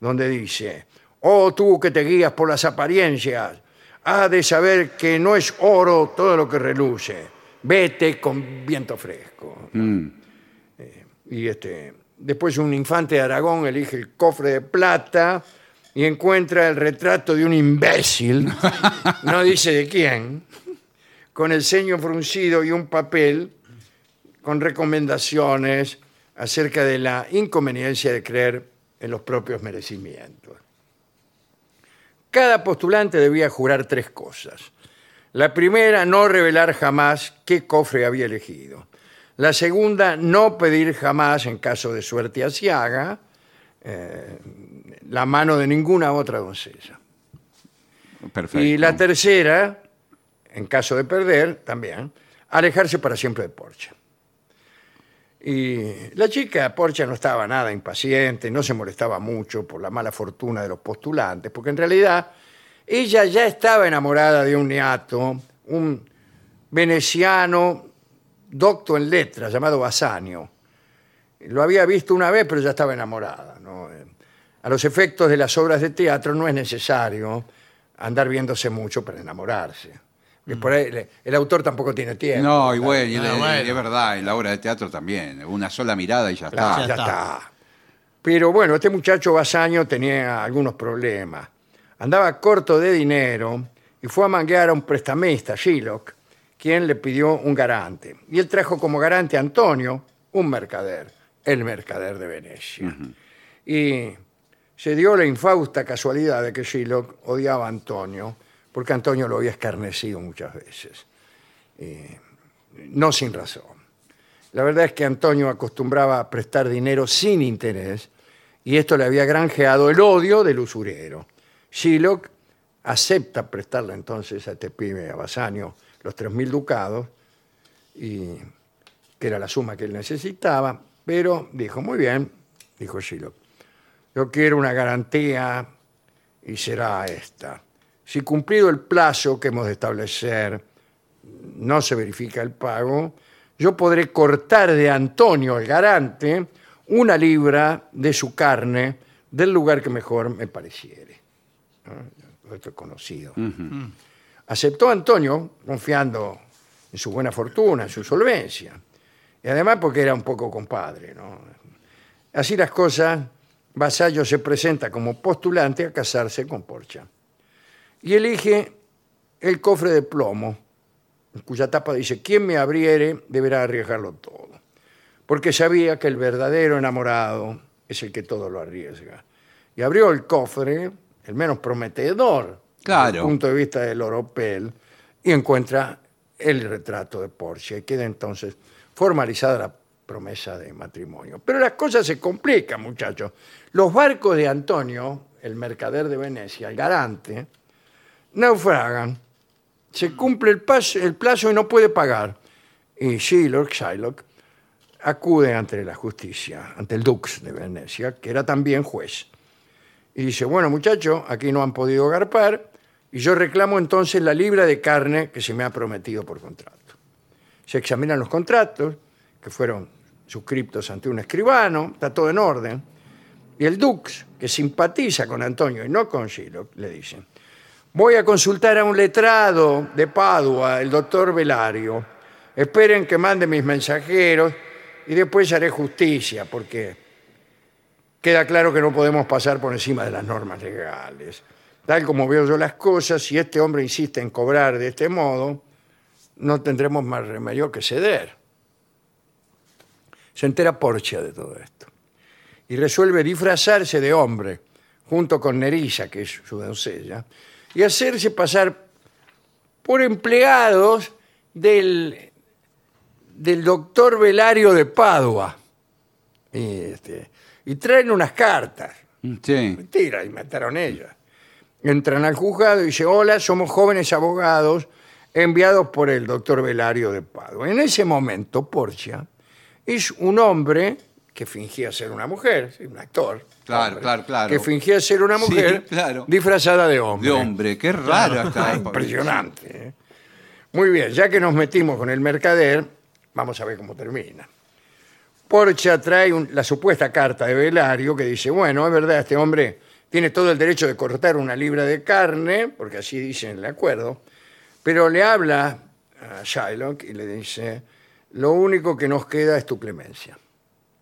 B: donde dice, oh tú que te guías por las apariencias, has de saber que no es oro todo lo que reluce, vete con viento fresco. Y este, después un infante de Aragón elige el cofre de plata y encuentra el retrato de un imbécil, no dice de quién, con el ceño fruncido y un papel con recomendaciones acerca de la inconveniencia de creer en los propios merecimientos. Cada postulante debía jurar tres cosas. La primera, no revelar jamás qué cofre había elegido. La segunda, no pedir jamás, en caso de suerte asiaga, eh, la mano de ninguna otra doncella.
C: Perfecto.
B: Y la tercera, en caso de perder, también, alejarse para siempre de Porcha. Y la chica Porcha no estaba nada impaciente, no se molestaba mucho por la mala fortuna de los postulantes, porque en realidad ella ya estaba enamorada de un neato, un veneciano docto en letras llamado Basanio. Lo había visto una vez, pero ya estaba enamorada. ¿no? Eh, A los efectos de las obras de teatro no es necesario andar viéndose mucho para enamorarse. Porque por ahí le- el autor tampoco tiene tiempo.
C: Mm. No, y bueno, y
D: Ah,
C: le- y
D: bueno.
C: es verdad, en la obra de teatro también. Una sola mirada y ya
B: Claro,
C: está.
B: ya
D: ya
B: está.
D: está.
B: Pero bueno, este muchacho Basaño tenía algunos problemas. Andaba corto de dinero y fue a manguear a un prestamista, Shylock, quien le pidió un garante. Y él trajo como garante a Antonio, un mercader, el mercader de Venecia. Y se dio la infausta casualidad de que Shylock odiaba a Antonio, porque Antonio lo había escarnecido muchas veces. Eh, no sin razón. La verdad es que Antonio acostumbraba a prestar dinero sin interés y esto le había granjeado el odio del usurero. Shylock acepta prestarle entonces a este pibe, a Basanio, los 3.000 ducados, y, que era la suma que él necesitaba, pero dijo, muy bien, dijo Shylock, yo quiero una garantía y será esta. Si cumplido el plazo que hemos de establecer, no se verifica el pago, yo podré cortar de Antonio, el garante, una libra de su carne del lugar que mejor me pareciere. ¿No? Esto es conocido. Aceptó Antonio, confiando en su buena fortuna, en su solvencia. Y además porque era un poco compadre. ¿no? Así las cosas, Vasallo se presenta como postulante a casarse con Porcha. Y elige el cofre de plomo, cuya tapa dice, quien me abriere deberá arriesgarlo todo. Porque sabía que el verdadero enamorado es el que todo lo arriesga. Y abrió el cofre, el menos prometedor,
C: Claro.
B: desde el punto de vista del oropel, y encuentra el retrato de Porsche. Y queda entonces formalizada la promesa de matrimonio. Pero las cosas se complican, muchachos. Los barcos de Antonio, el mercader de Venecia, el garante, naufragan se cumple el, pas- el plazo y no puede pagar. Y Shylock, Shylock acude ante la justicia, ante el Dux de Venecia, que era también juez. Y dice, bueno muchacho, aquí no han podido garpar y yo reclamo entonces la libra de carne que se me ha prometido por contrato. Se examinan los contratos, que fueron suscriptos ante un escribano, está todo en orden. Y el Dux, que simpatiza con Antonio y no con Silo, le dice, voy a consultar a un letrado de Padua, el doctor Velario. Esperen que mande mis mensajeros y después haré justicia, porque queda claro que no podemos pasar por encima de las normas legales. Tal como veo yo las cosas, si este hombre insiste en cobrar de este modo, no tendremos más remedio que ceder. Se entera Porcia de todo esto y resuelve disfrazarse de hombre junto con Nerissa, que es su doncella, y hacerse pasar por empleados del, del doctor Velario de Padua. Y, este, y traen unas cartas.
C: Mm, Sí.
B: Mentira, y mataron ellas. Entran al juzgado y dice, hola, somos jóvenes abogados enviados por el doctor Velario de Padua. En ese momento, Porcia es un hombre que fingía ser una mujer, sí, un actor.
C: Claro,
B: hombre,
C: claro, claro.
B: Que fingía ser una
C: Sí,
B: mujer
C: (laughs) claro.
B: disfrazada de hombre.
C: De hombre, qué raro
B: Ah, (laughs)
C: está.
B: impresionante. ¿eh? Muy bien, ya que nos metimos con el mercader, vamos a ver cómo termina. Porcha trae un- la supuesta carta de Velario que dice, bueno, es verdad, este hombre tiene todo el derecho de cortar una libra de carne, porque así dice en el acuerdo, pero le habla a Shylock y le dice, lo único que nos queda es tu clemencia.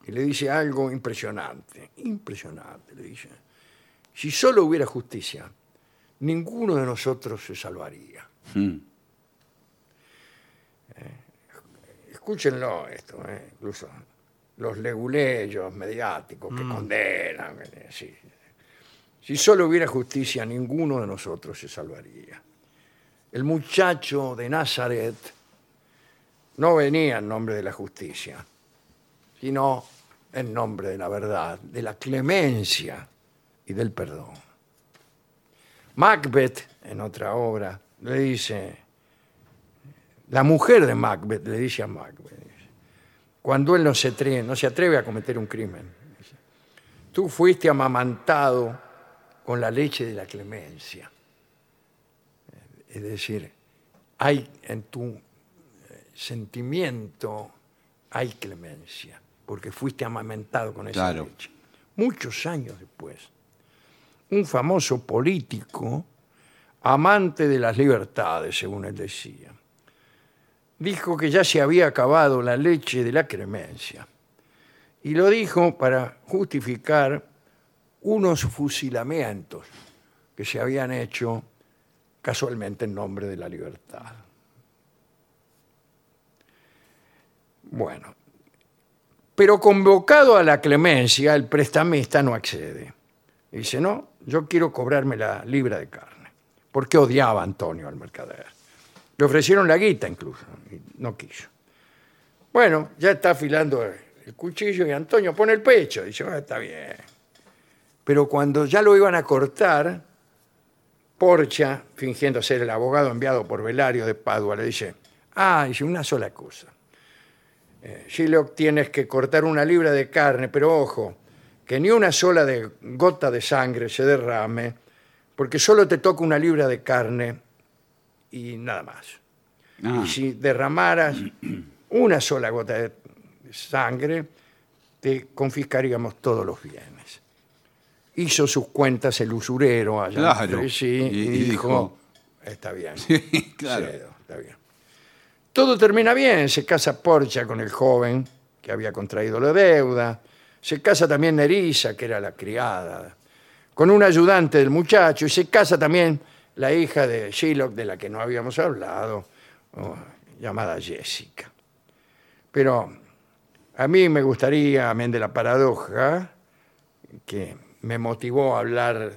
B: Y le dice algo impresionante, impresionante, le dice. Si solo hubiera justicia, ninguno de nosotros se salvaría.
C: Mm.
B: Escúchenlo esto, eh, incluso los leguleyos mediáticos que condenan. eh, sí. Si solo hubiera justicia, ninguno de nosotros se salvaría. El muchacho de Nazaret no venía en nombre de la justicia, sino en nombre de la verdad, de la clemencia y del perdón. Macbeth, en otra obra, le dice, la mujer de Macbeth le dice a Macbeth, dice, cuando él no se atreve, no se atreve a cometer un crimen, dice, tú fuiste amamantado con la leche de la clemencia. Es decir, hay en tu eh, sentimiento, hay clemencia, porque fuiste amamantado con esa
C: Claro.
B: leche. Muchos años después, un famoso político, amante de las libertades, según él decía, dijo que ya se había acabado la leche de la cremencia. Y lo dijo para justificar unos fusilamientos que se habían hecho casualmente en nombre de la libertad. Bueno, pero convocado a la clemencia, el prestamista no accede. Dice, no, yo quiero cobrarme la libra de carne, porque odiaba a Antonio al mercader. Le ofrecieron la guita incluso, y no quiso. Bueno, ya está afilando el cuchillo y Antonio pone el pecho. Dice, "Ah, está bien. Pero cuando ya lo iban a cortar, Porcha, fingiendo ser el abogado enviado por Velario de Padua, le dice, ah, dice, una sola cosa. Eh, Shylock, tienes que cortar una libra de carne, pero ojo, que ni una sola de- gota de sangre se derrame, porque solo te toca una libra de carne y nada más.
C: Ah,
B: Y si derramaras una sola gota de sangre, te confiscaríamos todos los bienes. Hizo sus cuentas el usurero allá
C: Claro.
B: entre sí y,
C: Y- y
B: dijo,
C: dijo,
B: está bien.
C: claro.
B: Cedo, está bien. Todo termina bien, se casa Porcha con el joven que había contraído la deuda, se casa también Nerissa, que era la criada, con un ayudante del muchacho, y se casa también la hija de Shylock, de la que no habíamos hablado, oh, llamada Jessica. Pero a mí me gustaría, amén de la paradoja, que me motivó a hablar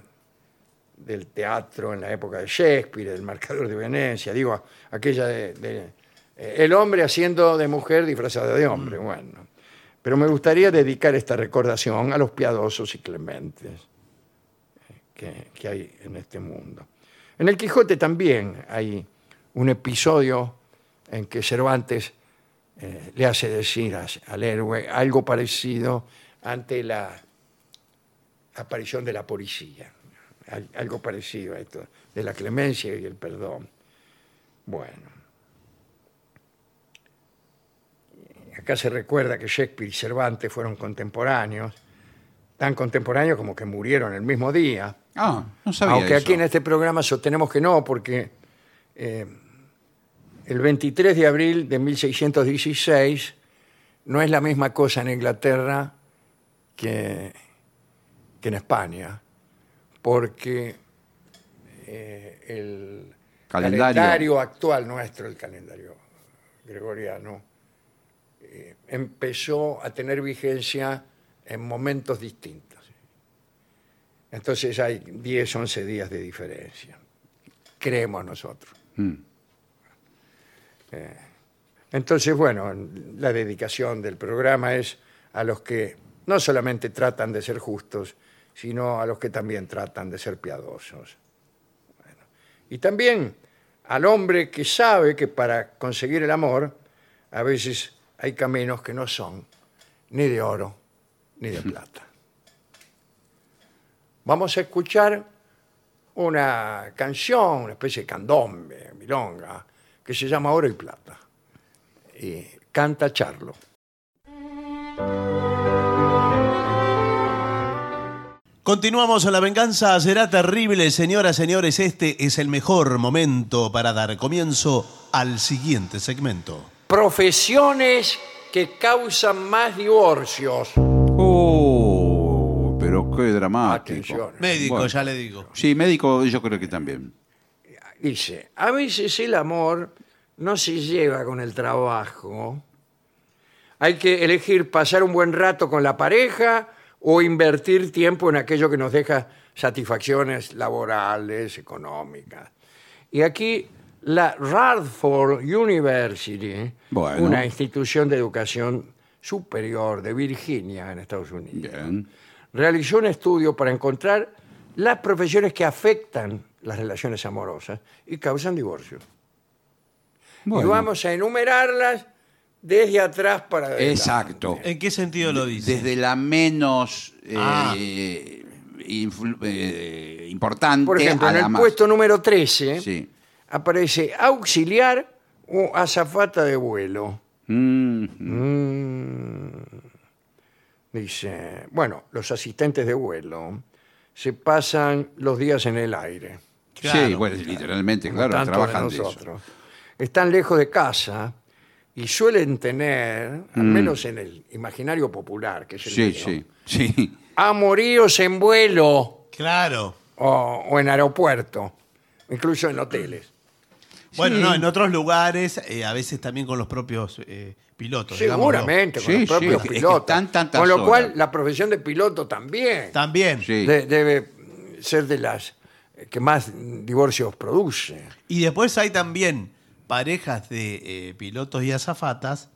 B: del teatro en la época de Shakespeare, del marcador de Venecia, digo, aquella de, de, eh, el hombre haciendo de mujer disfrazada de hombre, bueno. Pero me gustaría dedicar esta recordación a los piadosos y clementes eh, que, que hay en este mundo. En el Quijote también hay un episodio en que Cervantes eh, le hace decir a- al héroe algo parecido ante la aparición de la policía. Al- Algo parecido a esto, de la clemencia y el perdón. Bueno. Acá se recuerda que Shakespeare y Cervantes fueron contemporáneos, tan contemporáneos como que murieron el mismo día.
C: Ah, no sabía
B: Aunque
C: eso.
B: aquí en este programa sostenemos que no, porque eh, el 23 de abril de 1616 no es la misma cosa en Inglaterra que, que en España, porque eh, el
C: Calendario.
B: calendario actual nuestro, el calendario gregoriano, eh, empezó a tener vigencia en momentos distintos. Entonces hay 10, 11 días de diferencia. Creemos nosotros. Eh, entonces, bueno, la dedicación del programa es a los que no solamente tratan de ser justos, sino a los que también tratan de ser piadosos. Bueno, Y también al hombre que sabe que para conseguir el amor a veces hay caminos que no son ni de oro ni de plata vamos a escuchar una canción, una especie de candombe, milonga, que se llama Oro y Plata. Y eh, canta Charlo.
D: Continuamos en la venganza, será terrible, señoras, señores, este es el mejor momento para dar comienzo al siguiente segmento.
B: Profesiones que causan más divorcios.
C: Oh, pero qué dramático.
B: Atención. ¿eh?
D: Médico,
C: Bueno.
D: ya le digo.
C: Sí, médico yo creo que también.
B: Dice, a veces el amor no se lleva con el trabajo. Hay que elegir pasar un buen rato con la pareja o invertir tiempo en aquello que nos deja satisfacciones laborales, económicas. Y aquí la Radford University,
C: Bueno.
B: una institución de educación superior de Virginia en Estados Unidos,
C: Bien.
B: realizó un estudio para encontrar las profesiones que afectan las relaciones amorosas y causan divorcio. Y
C: Bueno,
B: vamos a enumerarlas desde atrás para adelante.
C: Exacto.
D: ¿En qué sentido lo dice?
C: Desde la menos eh,
D: Ah.
C: influ- eh, importante
B: Por ejemplo,
C: a
B: en
C: la
B: el
C: más.
B: puesto número 13
C: Sí.
B: aparece auxiliar o azafata de vuelo.
C: Mm,
B: Dice, bueno, los asistentes de vuelo se pasan los días en el aire.
C: sí,
D: Claro.
C: bueno, literalmente, claro,
B: tanto de
C: trabajan de eso.
B: nosotros. Están lejos de casa y suelen tener, al menos en el imaginario popular, que es el
C: Mm. Sí,
B: mío,
C: sí, sí.
B: amoríos en vuelo
D: Claro.
B: o, o en aeropuerto, incluso en hoteles.
D: Bueno, no, en otros lugares, eh, a veces también con los propios eh, pilotos. digámoslo.
B: Seguramente, con
C: Sí,
B: los
C: sí,
B: propios
C: es que- es que
B: pilotos.
C: están tantas
B: con lo
C: horas.
B: cual, la profesión de piloto también
D: También.
C: Sí.
B: de- debe ser de las que más divorcios produce.
D: Y después hay también parejas de eh, pilotos y azafatas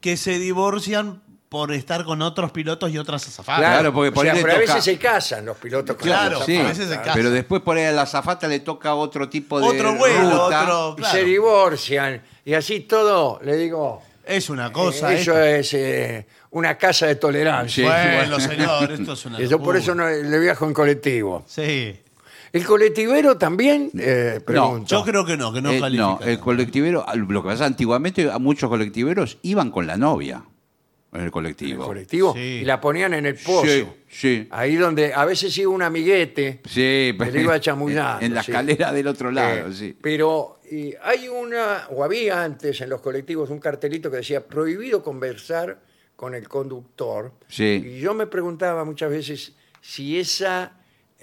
D: que se divorcian por estar con otros pilotos y otras azafatas.
C: Claro, porque por
B: o sea,
C: ahí le
B: pero a
C: toca-
B: veces se casan los pilotos con
D: Claro,
B: los
C: sí.
D: a
B: zapatos.
D: veces se casan.
C: Pero después por ahí a la zafata le toca otro tipo de
D: Otro vuelo,
C: ruta.
D: otro.
B: Y
D: Claro.
B: se divorcian. Y así todo, le digo,
D: Es una
B: eh,
D: cosa.
B: eso
D: esto.
B: es eh, una casa de tolerancia.
C: Sí,
D: Bueno,
C: bueno.
D: señor, esto es una.
B: Y (laughs) yo por
D: locura.
B: eso no, le viajo en colectivo.
D: Sí.
B: ¿El colectivero también? Eh, pregunto.
D: Yo creo que no, que no
C: Eh,
D: califica.
C: no, el colectivero, ah, lo que pasa antiguamente, a muchos colectiveros iban con la novia en el
B: ¿El
C: colectivo.
B: colectivo?
D: Sí.
B: Y la ponían en el pozo.
C: Sí, sí.
B: Ahí donde a veces iba un amiguete.
C: Sí,
B: que le iba chamullando.
C: En la
B: sí.
C: escalera del otro lado,
B: Eh,
C: sí.
B: Pero y hay una, o había antes en los colectivos un cartelito que decía prohibido conversar con el conductor.
C: Sí.
B: Y yo me preguntaba muchas veces si esa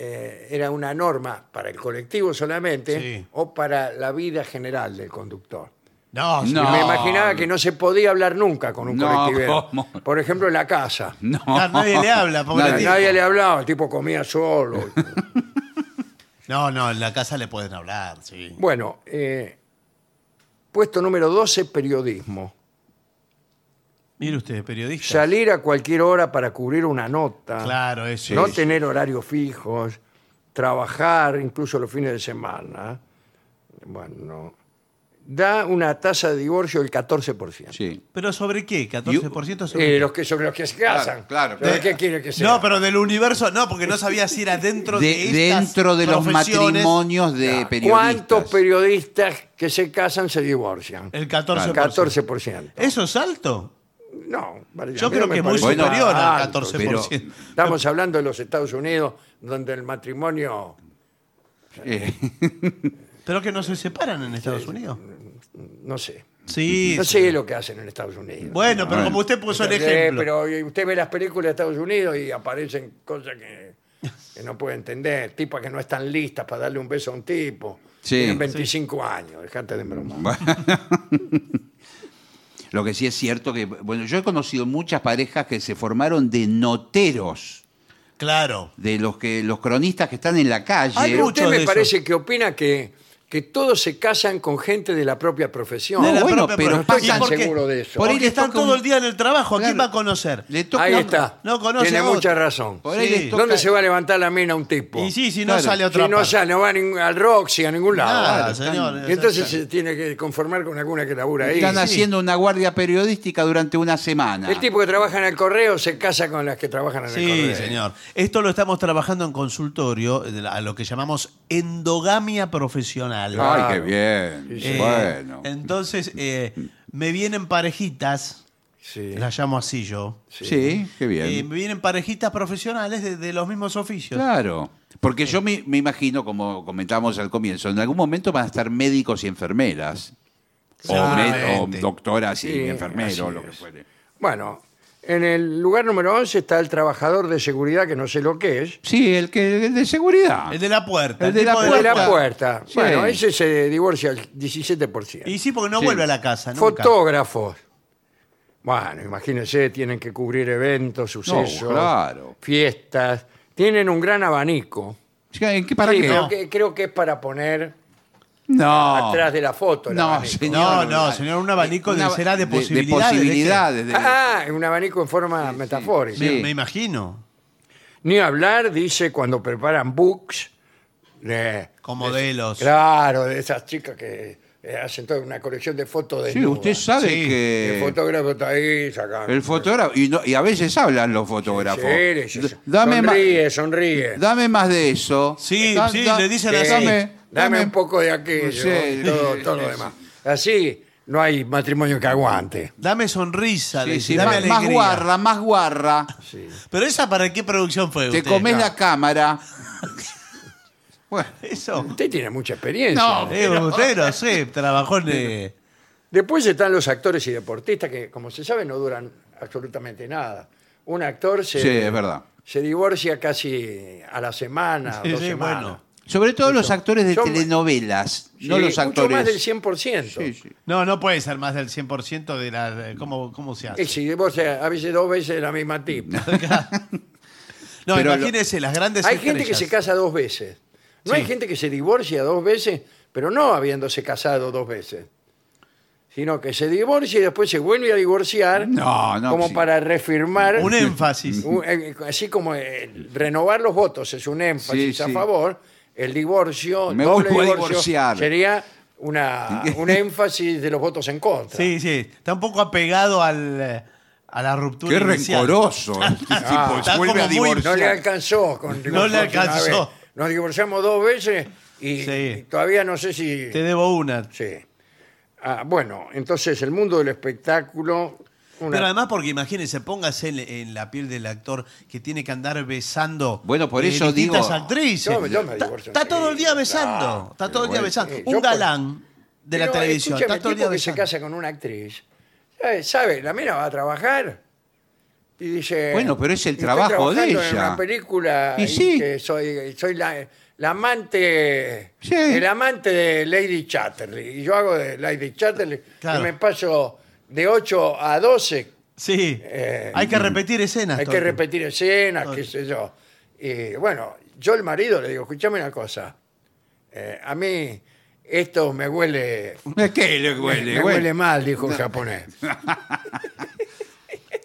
B: eh, era una norma para el colectivo solamente
D: Sí.
B: o para la vida general del conductor.
D: No, sí,
C: No.
B: Y me imaginaba que no se podía hablar nunca con un
C: No,
B: colectivero.
C: ¿cómo?
B: Por ejemplo, en la casa.
C: No.
D: Ah, nadie le habla, pobre
B: A
D: Sí.
C: Nadie.
B: nadie le hablaba, el tipo comía
C: (laughs)
B: solo.
D: No, no, en la casa le pueden hablar, sí.
B: Bueno, eh, puesto número 12, periodismo.
D: Mire usted, periodista.
B: Salir a cualquier hora para cubrir una nota.
D: Claro, eso.
B: no
D: es.
B: tener horarios fijos. Trabajar incluso los fines de semana. Bueno, da una tasa de divorcio del 14%.
C: Sí.
D: ¿Pero sobre qué? ¿14% sobre
B: Eh,
D: qué?
B: los que, sobre los que se casan.
C: Claro, claro.
B: ¿Sobre qué quiere que sea?
D: No, pero del universo, no, porque no sabía si era dentro de,
C: De-
D: estas
C: dentro de los
D: profesiones,
C: matrimonios de periodistas.
B: ¿Cuántos periodistas que se casan se divorcian?
D: El 14%.
B: 14%.
D: ¿Eso es alto?
B: No, vale,
D: Yo
B: a mí no
D: creo
B: me
D: que muy
B: parece
C: Bueno,
D: superior al
B: tanto.
D: 14%.
B: Estamos hablando de los Estados Unidos, donde el matrimonio
C: Eh, (laughs)
D: Pero que no se separan en Estados Unidos.
B: No sé.
D: Sí.
B: No
D: sí.
B: sé lo que hacen en Estados Unidos.
D: Bueno, pues pero
C: Bueno.
D: como usted puso el
B: Eh,
D: ejemplo.
B: Pero eh, usted ve las películas de Estados Unidos y aparecen cosas que, que no puede entender. Tipas que no están listas para darle un beso a un tipo.
C: Sí.
B: Tienen 25 años, dejate de broma.
C: lo que sí es cierto que, bueno, yo he conocido muchas parejas que se formaron de noteros,
D: Claro.
C: de los que los cronistas que están en la calle.
D: Hay
B: Pero usted
D: muchos de
B: me
D: esos.
B: parece que opina que, que todos se casan con gente de la propia profesión.
D: De la
C: bueno,
D: propia-
C: pero
B: no estoy
C: pasan-
B: tan seguro de eso.
C: Por ahí
D: Porque
C: le
D: están
C: toca
D: todo
C: un-
D: el día en el trabajo. ¿A quién
C: Claro.
D: va a conocer?
C: Le toca-
B: Ahí
C: no,
B: está.
D: no conoce
B: Tiene
D: a otro.
B: mucha razón.
C: Por ahí
D: Sí.
C: les toca-
B: ¿Dónde se va a levantar la mina a un tipo?
D: Y sí, si no
C: Claro.
D: sale a
B: si
D: otra
B: no
D: parte.
B: sale, no va ni al Roxy, a ningún lado.
D: Nada,
C: están-
D: señor.
B: Y entonces se tiene que conformar con alguna que labura ahí.
C: Están
B: Sí.
C: haciendo una guardia periodística durante una semana.
B: El tipo que trabaja en el correo se casa con las que trabajan en el
D: Sí,
B: correo.
D: señor. Esto lo estamos trabajando en consultorio, de la- a lo que llamamos endogamia profesional.
B: Ah,
C: Ay, qué bien.
D: Eh,
C: Bueno.
D: Entonces, eh, me vienen parejitas,
B: Sí.
D: las llamo así yo,
C: Sí, qué bien.
D: eh, me vienen parejitas profesionales de, de los mismos oficios.
C: Claro. Porque yo me, me imagino, como comentábamos al comienzo, en algún momento van a estar médicos y enfermeras. O, me- o
D: Claramente.
C: doctoras y
B: Sí,
C: enfermeros,
B: así
C: lo que
B: es.
C: fuere.
B: Bueno, en el lugar número 11 está el trabajador de seguridad, que no sé lo que es,
C: Sí, el que el de seguridad.
D: El de la puerta.
C: El de la
D: tipo
B: el de la puerta.
C: puerta. Sí.
B: Bueno, ese se divorcia al 17%.
D: Y sí, porque no
C: Sí.
D: vuelve a la casa nunca.
B: Fotógrafos. Bueno, imagínense, tienen que cubrir eventos, sucesos,
C: claro.
B: fiestas. Tienen un gran abanico.
C: Sí, ¿en qué- ¿Para
B: Sí,
C: qué?
B: creo, que, creo que es para poner
C: No.
B: atrás de la foto. el
C: No,
B: abanico.
D: No,
C: señor.
D: no, señor, un abanico de,
C: Una-
D: será de
C: De
D: posibilidades. ¿de qué?
C: posibilidades. de-
B: Ah, un abanico en forma metafórica.
C: Sí.
D: Me, me imagino.
B: Ni hablar, dice, cuando preparan books. de-
D: Con modelos.
B: claro, de esas chicas que eh, hacen toda una colección de fotos de.
C: Sí, usted sabe
D: Sí,
B: El
C: que
B: fotógrafo está ahí sacando.
C: el fotógrafo y, no- y a veces hablan los fotógrafos.
B: Sí, le dice,
C: D- Dame más,
B: sonríe, sonríe.
C: dame más de eso.
D: Sí,
C: Da-
D: sí,
C: da-
D: le dicen
B: Eh,
D: así.
B: dame, un poco de aquello
C: Sí.
B: y todo, todo lo demás. Así no hay matrimonio que aguante.
D: Dame sonrisa,
C: Sí,
D: decí,
C: sí,
D: dame
C: más, más
D: alegría.
C: guarra,
D: (laughs)
C: más guarra.
D: Pero esa para qué producción fue
C: Te
D: usted?
C: comes
D: (laughs)
C: la cámara. Bueno,
D: Eso.
B: Usted tiene mucha experiencia.
C: No.
D: Eh, usted no sé, trabajó en... eh,
B: Después están los actores y deportistas que, como se sabe, no duran absolutamente nada. Un actor se,
C: sí, es verdad.
B: se divorcia casi a la semana,
D: Sí,
B: dos
D: sí,
B: semanas.
D: bueno.
C: Sobre todo los actores de
B: Yo-
C: telenovelas,
B: Sí,
C: no los
B: Mucho más del
C: actores.
B: 100%.
C: Sí, sí.
D: No, no puede ser más del 100% de la... de- ¿Cómo, cómo se hace? (laughs)
B: Y si divorcia a veces dos veces la misma tipa.
D: No,
C: Pero
D: imagínese, las grandes
B: Hay gente que se
D: estrellas.
B: casa dos veces. No hay
D: Sí.
B: gente que se divorcia dos veces, pero no habiéndose casado dos veces. Sino que se divorcia y después se vuelve a divorciar
C: No, no,
B: como
C: sí.
B: para reafirmar.
D: Un énfasis.
B: un- eh, así como eh, renovar los votos es un énfasis
C: Sí,
B: a
C: sí.
B: favor. El divorcio,
C: Me
B: doble
C: vuelvo a
B: divorcio,
C: divorciar.
B: sería una, un énfasis de los votos en contra.
D: Sí, sí. Está un poco apegado al, eh, a la ruptura
C: Qué
D: inicial. (laughs)
C: rencoroso.
D: Ah,
C: Tipo,
D: está
C: vuelve a
D: como muy-
B: No le
C: divorciar.
B: alcanzó. Con
D: No le
B: divorciarse una
D: alcanzó.
B: vez. Nos divorciamos dos veces y,
D: Sí.
B: y todavía no sé si...
D: Te debo una.
B: Sí. Ah, bueno, entonces el mundo del espectáculo... una-
D: Pero además porque imagínese, póngase en, en la piel del actor que tiene que andar besando eh,
C: Bueno, por eso
D: distintas
C: digo-
D: actrices.
B: Yo me- yo me
D: está,
B: divorcio
D: está todo el día
B: enseguida.
D: besando.
B: Ah,
D: está todo el día
B: bueno.
D: besando.
B: Sí, yo
D: Un
B: por-
D: galán de la
B: Pero,
D: televisión.
B: escúchame,
D: Está todo el
B: tipo
D: día
B: que se
D: besando.
B: casa con una actriz, ¿sabe? sabe, La mira va a trabajar y dice...
C: Bueno, pero es el
B: "Estoy
C: trabajo de
B: trabajando en
C: ella".
B: una película
C: Y
B: y
C: sí.
B: que soy, soy la, la amante...
C: Sí.
B: El amante de Lady Chatterley. Y yo hago de Lady Chatterley
D: Claro.
B: y me paso de 8 a 12
D: Sí.
B: Eh,
D: hay que
C: Mm.
D: repetir
C: Ah,
D: escenas.
B: Hay
D: todo
B: que
D: el tiempo.
B: repetir escenas, qué sé yo. Y bueno, yo al marido le digo, escúchame una cosa. eh, a mí esto me huele,
C: ¿Qué le huele?
B: me
C: Bueno,
B: huele mal, dijo el japonés.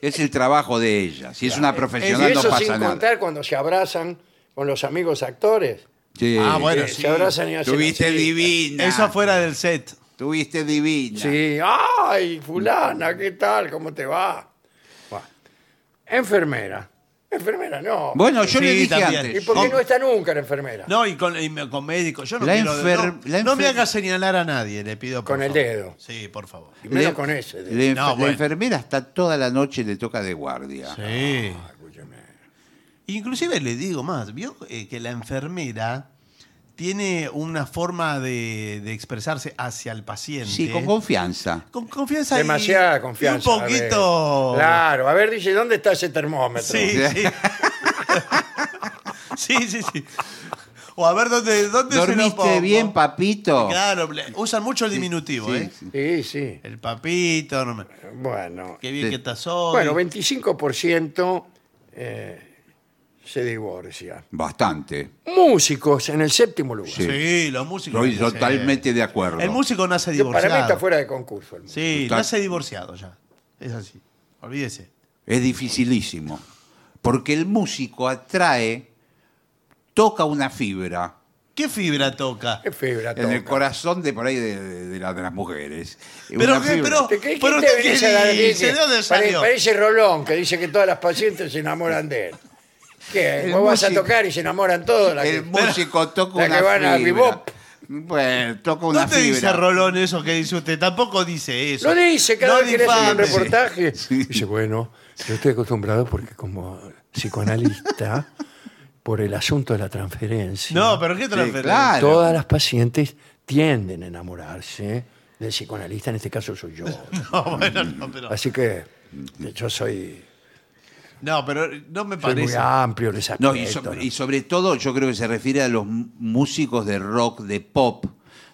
C: Es el trabajo de ella. Si es una
B: Y
C: (laughs) profesional no
B: eso sin
C: pasa nada.
B: contar cuando se abrazan con los amigos actores.
C: Sí.
D: Ah, bueno.
B: Eh,
D: sí.
B: Se abrazan y hacen
C: Tuviste
B: así.
C: divina.
D: Eso fuera del set.
C: Tuviste divina.
B: Sí, ay, fulana, ¿qué tal? ¿Cómo te va? Bueno, Enfermera. La enfermera no.
C: Bueno, yo
D: Sí,
C: le dije
D: también.
B: ¿Y
C: antes.
B: por qué
D: ¿cómo?
B: no está nunca la enfermera?
D: No, y con, y me- con médicos. Yo no
C: La
D: quiero-
C: enfer-
D: no,
C: la
D: no me
C: enfer-
D: haga señalar a nadie, le pido por
B: Con el
D: favor.
B: dedo.
D: Sí, por favor.
B: Y menos
C: Le-
B: con ese. de-
C: La, enfer-
D: No,
C: la
D: bueno.
C: enfermera está toda la noche y le toca de guardia.
D: Sí.
B: Ah, Escúcheme.
D: Inclusive le digo más, vio eh, que la enfermera tiene una forma de, de expresarse hacia el paciente.
C: Sí, con confianza.
D: Con confianza. y-
B: Demasiada
D: y
B: confianza.
D: un
B: a ver.
D: poquito.
B: Claro, a ver, dice, ¿dónde está ese termómetro?
D: Sí, sí. (laughs) sí, sí, sí. O a ver dónde, dónde se lo
C: ¿Dormiste
D: pongo?
C: bien, papito?
D: Claro, le- usan mucho el diminutivo,
C: Sí,
D: ¿eh?
C: sí.
B: Sí, sí.
D: El papito, no me-
B: Bueno.
D: qué bien
C: Sí.
D: que estás hoy.
B: Bueno, 25% eh, se divorcia.
C: Bastante.
B: Músicos en el séptimo lugar.
C: Sí.
D: Sí, los músicos.
C: Estoy
D: sí.
C: totalmente de acuerdo.
D: El músico nace
B: Yo, para
D: divorciado.
B: mí está fuera de concurso. el músico.
D: Sí,
C: Total-
D: nace divorciado ya. Es así. Olvídese.
C: Es dificilísimo. Porque el músico atrae, toca una fibra
D: ¿Qué fibra toca?
B: Qué fibra
C: en el
B: toca.
C: corazón de por ahí de, de- de la- de las mujeres.
D: Pero,
C: Una
D: ¿qué?
C: fibra.
D: Pero-
B: ¿Qué- qué-
D: Pero
B: qué
D: usted
B: te venís
D: qué
B: a dar
D: dice?
B: leche?
D: ¿De dónde
B: Pare-
D: salió?
B: Parece Rolón, que dice que todas las pacientes se enamoran de él. ¿Qué?
C: El
B: Vos vas a
C: músico-
B: tocar y se enamoran todas las que-
C: el músico toca
B: la
C: una
B: que van a
C: fibra.
B: bebop.
C: Bueno, toca una
D: No te dice
C: fibra.
D: Rolón eso que dice usted, tampoco dice eso.
B: Lo dice cada
D: No
B: vez que le hacen un
D: difame.
B: reportaje.
C: Sí.
B: Dice, bueno, yo estoy acostumbrado porque como psicoanalista, por el asunto de la transferencia,
D: No, pero ¿qué transferencia?
C: claro.
B: todas las pacientes tienden a enamorarse del psicoanalista, en este caso soy
C: (laughs)
B: yo.
D: (laughs) No, bueno, no, pero,
B: Así que yo soy,
D: no, pero no me
B: soy muy
D: parece.
B: amplio en ese aspecto.
C: Eh, No, y, so-
B: ¿no?
C: y sobre todo yo creo que se refiere a los m- músicos de rock, de pop,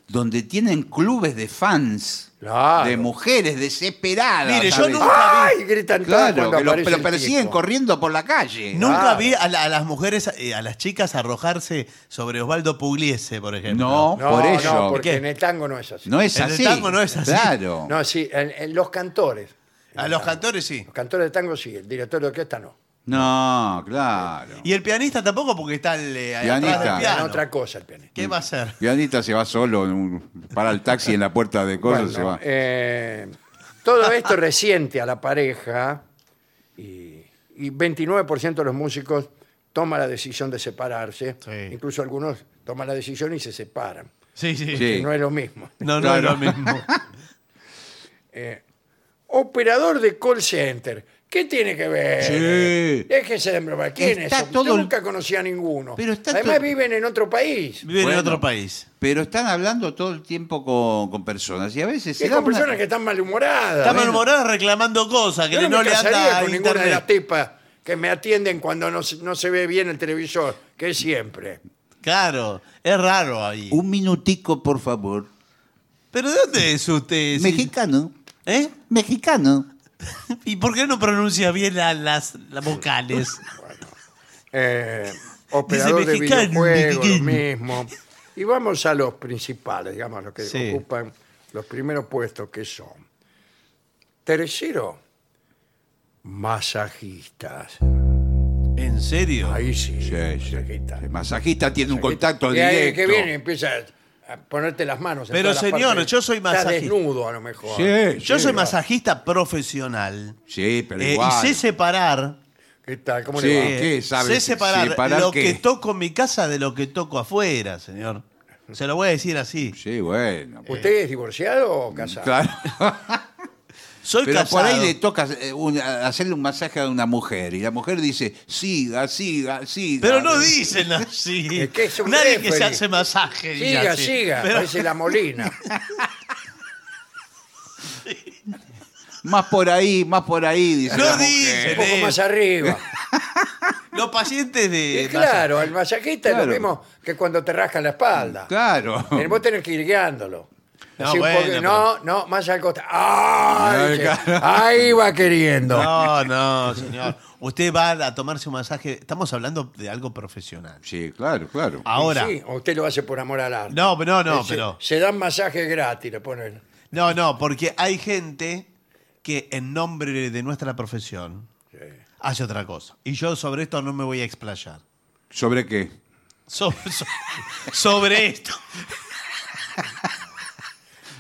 C: donde tienen clubes de fans,
B: Claro.
C: de mujeres desesperadas.
D: Mire, yo
C: a veces.
D: nunca-
B: ¡Ay! Gritan todas
C: Claro,
B: cuando
C: que los
B: aparece
C: pero
B: el
C: persiguen
B: tipo.
C: corriendo por la calle.
D: Nunca
B: Claro.
D: vi a, la- a las mujeres, eh, a las chicas arrojarse sobre Osvaldo Pugliese, por ejemplo.
C: No,
B: No,
C: por
B: no,
C: ello.
B: porque
D: ¿Qué?
B: en el tango no es así.
C: No es
D: En el
C: así.
D: tango no es así.
C: Claro.
B: No, sí, en- en los cantores.
D: A los cantores sí.
B: Los cantores de tango sí, el director de orquesta no.
C: No, claro.
D: Y el pianista tampoco porque está el, eh, ahí atrás
C: Pianista.
D: del
B: Era
D: piano.
B: otra cosa el pianista.
D: ¿Qué va a hacer?
C: Y Anita se va solo, en un- para el taxi en la puerta de cosas
B: Bueno,
C: se va.
B: eh, todo esto resiente a la pareja y, y 29% de los músicos toma la decisión de separarse.
D: Sí.
B: Incluso algunos toman la decisión y se separan.
D: Sí, sí.
C: Sí.
B: que No es lo mismo.
D: No, no
C: Claro.
D: es lo mismo.
B: Operador de call center. ¿Qué tiene que ver?
C: Sí.
B: Déjese de broma. ¿Quién
C: Está
B: es? Usted
C: todo el-
B: nunca conocía a ninguno.
C: Pero está
B: Además
C: todo-
B: viven en otro país.
D: Vive en
C: (laughs) Bueno.
D: otro país.
C: Pero están hablando todo el tiempo con, con personas y a veces se
B: Es
C: da
B: con
C: una-
B: personas que están malhumoradas.
D: Está malhumorado reclamando cosas que
B: Yo no,
D: no
B: me
D: le
B: casaría
D: anda
B: con
D: a
B: ninguna de las
D: internet.
B: tipas que me atienden cuando no, se- no se ve bien el televisor, que es siempre.
D: Claro, es raro ahí.
B: Uh.
C: Un minutico, por favor.
D: ¿Pero de dónde
B: (laughs)
D: es usted? Sí.
C: Mexicano.
D: ¿Eh?
C: Mexicano.
D: ¿Y por qué no pronuncia bien la- las, las vocales?
B: (laughs) Eh, operador de
D: mexicano,
B: videojuegos, lo
D: mexicano.
B: mismo. Y vamos a los principales, digamos, los que
D: Sí.
B: ocupan los primeros puestos, que son. Tercero, masajistas.
D: ¿En serio?
B: Ahí sí,
C: Sí, sí.
B: masajistas.
C: El masajista tiene un contacto
B: Y ahí
C: directo.
B: que viene y empieza a ponerte las manos. en
D: Pero,
B: todas las
D: señor,
B: partes.
D: yo soy masajista.
B: Está desnudo a lo mejor.
C: Sí,
D: Yo
C: sí.
D: soy masajista profesional.
C: Sí, pero
D: eh,
C: igual.
D: y sé separar.
B: ¿Qué tal? ¿Cómo
C: Sí.
B: le va?
C: ¿Qué?
D: eh,
C: ¿Sabe
D: sé separar,
C: separar
D: lo
C: qué?
D: que toco en mi casa de lo que toco afuera, señor. Se lo voy a decir así.
C: Sí, bueno.
D: Eh,
C: pues,
B: ¿Usted es divorciado
D: mm,
B: o casado?
C: claro.
D: Soy
C: (laughs) Pero
D: Eh, casado.
C: por ahí le toca eh, un- a- hacerle un masaje a una mujer y la mujer dice, siga, siga, siga.
D: pero no dicen
B: (laughs)
D: así.
B: Es que es un
D: Nadie que
B: referee.
D: se hace masaje. diga
B: Siga,
D: así.
B: siga,
D: Pero-
B: parece la
D: (laughs)
B: Molina.
C: Más por ahí, más por ahí, dice.
D: No
C: la mujer.
B: Un
D: dicen.
B: poco más
D: (laughs)
B: arriba.
D: Los pacientes de.
B: Y claro, el masajista es
C: Claro.
B: lo mismo que cuando te rascan la espalda.
C: Claro.
B: Eh, Vos tenés que ir guiándolo.
D: No,
B: Así un
D: bueno,
B: poco-
D: pero-
B: no, no, más al costado. ¡Ay!
C: Ay,
B: Sí.
C: claro.
B: Ahí va queriendo.
D: No, no, señor. Usted va a tomarse un masaje. Estamos hablando de algo profesional.
C: Sí, claro, claro.
D: Ahora.
B: Sí, o usted lo hace por amor al arte.
D: No, pero no, no,
B: Eh, se,
D: pero.
B: Se dan masajes gratis, le ponen.
D: No, no, porque hay gente que en nombre de nuestra profesión hace otra cosa. Y yo sobre esto no me voy a explayar.
C: ¿Sobre qué?
D: So- so- sobre esto.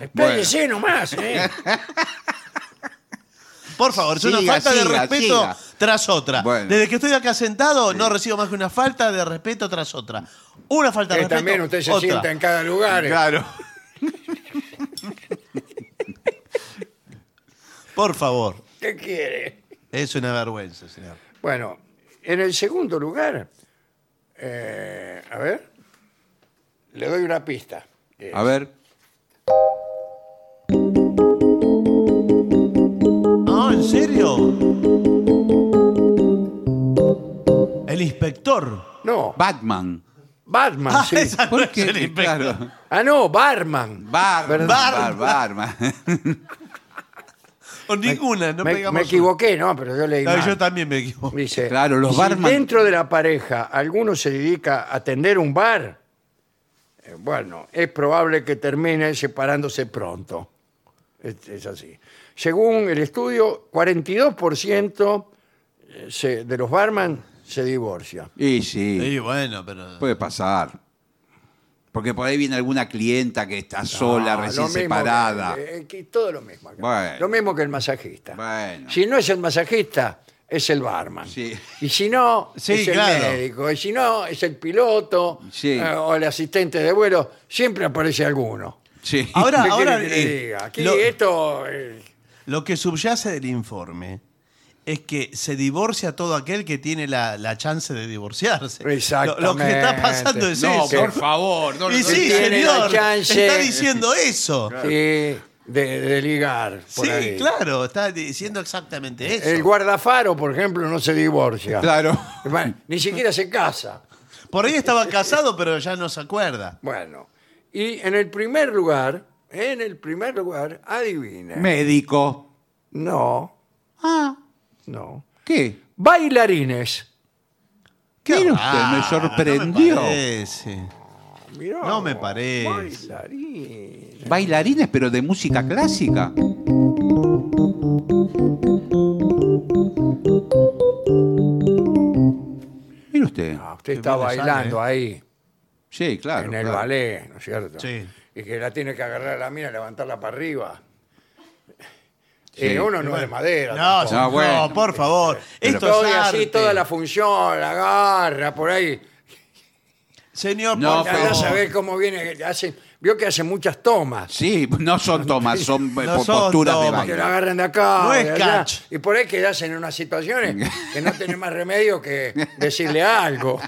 B: Espérese
D: (laughs)
B: nomás, ¿eh?
D: Por favor, es una
C: Siga,
D: falta de
C: siga,
D: respeto
C: siga.
D: tras otra.
C: Bueno.
D: Desde que estoy acá sentado, no recibo más que una falta de respeto tras otra. Una falta de
B: Que
D: respeto.
B: Eh, también usted se
D: otra.
B: sienta en cada lugar. ¿eh?
D: Claro. Por favor.
B: ¿Qué quiere?
D: Es una vergüenza, señor.
B: Bueno, en el segundo lugar, eh, a ver, le doy una pista. Eh,
C: A ver.
D: Ah, ¿en serio? El inspector.
B: No,
D: (laughs)
C: Batman.
B: Batman.
D: Ah,
B: sí.
D: esa no
C: ¿Por
D: es el
C: qué?
D: inspector.
C: Claro.
B: Ah, no, Barman.
D: Barman.
C: Barman. Bar- Barman.
D: O ninguna, no
B: me,
D: pegamos.
B: me equivoqué, no, pero yo leí.
D: No,
B: mal.
D: yo también me equivoco.
B: Dice,
C: Claro, los
B: si
C: barman-
B: dentro de la pareja alguno se dedica a atender un bar, eh, bueno, es probable que termine separándose pronto. Es, es así. Según el estudio, 42% eh, se- de los barman se divorcia.
C: Y sí, Pues-
D: Sí, bueno, pero.
C: puede pasar. Porque por ahí viene alguna clienta que está sola,
B: Ah,
C: recién
B: lo mismo que-
C: separada.
B: eh, que todo lo mismo. acá.
C: Bueno.
B: Lo mismo que el masajista.
C: Bueno.
B: Si no es el masajista, es el barman.
C: Sí.
B: Y si no,
D: Sí,
B: es el
D: claro.
B: médico. Y si no, es el piloto
C: Sí.
B: eh, o el asistente de vuelo. Siempre aparece alguno.
C: Sí.
D: Ahora,
B: ¿Qué
D: ahora.
B: quiere que le
D: eh,
B: diga? Aquí
D: lo-
B: esto... eh,
D: Lo que subyace del informe es que se divorcia todo aquel que tiene la, la chance de divorciarse. Lo- Lo, que está pasando es
C: No,
D: eso.
C: por favor. No,
D: y
C: no,
D: sí,
C: no.
B: tiene la
D: señor,
B: chance.
D: está diciendo eso.
C: (laughs)
B: sí, de, de ligar. por
D: sí,
B: ahí.
D: claro, está diciendo exactamente eso.
B: El guardafaro, por ejemplo, no se divorcia.
C: Claro.
B: Bueno, Ni siquiera se casa.
D: Por ahí estaba casado, pero ya no se acuerda.
B: Bueno, y en el primer lugar, en el primer lugar, adivina.
C: Médico.
B: No,
C: Ah,
B: no.
C: ¿qué?
B: Bailarines.
C: Mire usted,
D: Ah,
C: me sorprendió.
D: No me parece.
B: Mirá,
D: No me parece.
B: Bailarines.
C: Bailarines, pero de música clásica. Mire usted.
B: Ah, usted está
D: bien le sale, ¿eh?
B: bailando ahí,
C: Sí, claro.
B: en el
C: claro.
B: ballet, ¿no es cierto?
D: Sí.
B: Y que la tiene que agarrar a la mina, levantarla para arriba.
C: Sí.
B: Eh, uno no es de madera.
D: No,
B: tampoco.
D: no,
C: bueno.
D: por favor. Esto
B: Todo
D: es
B: y así,
D: arte.
B: toda la función, la agarra por ahí.
D: Señor,
C: No,
D: por
B: Ya andá a
C: pero-
D: favor.
B: saber cómo viene. hace- vio que hace muchas tomas.
C: Sí, no son tomas, son eh,
D: No
C: po-
D: son
C: posturas de
D: tomas.
B: Que
C: baile.
B: la agarran de acá.
D: No
B: de
D: es
B: allá.
D: catch.
B: Y por ahí quedás en unas situaciones que no tenés más remedio que decirle algo.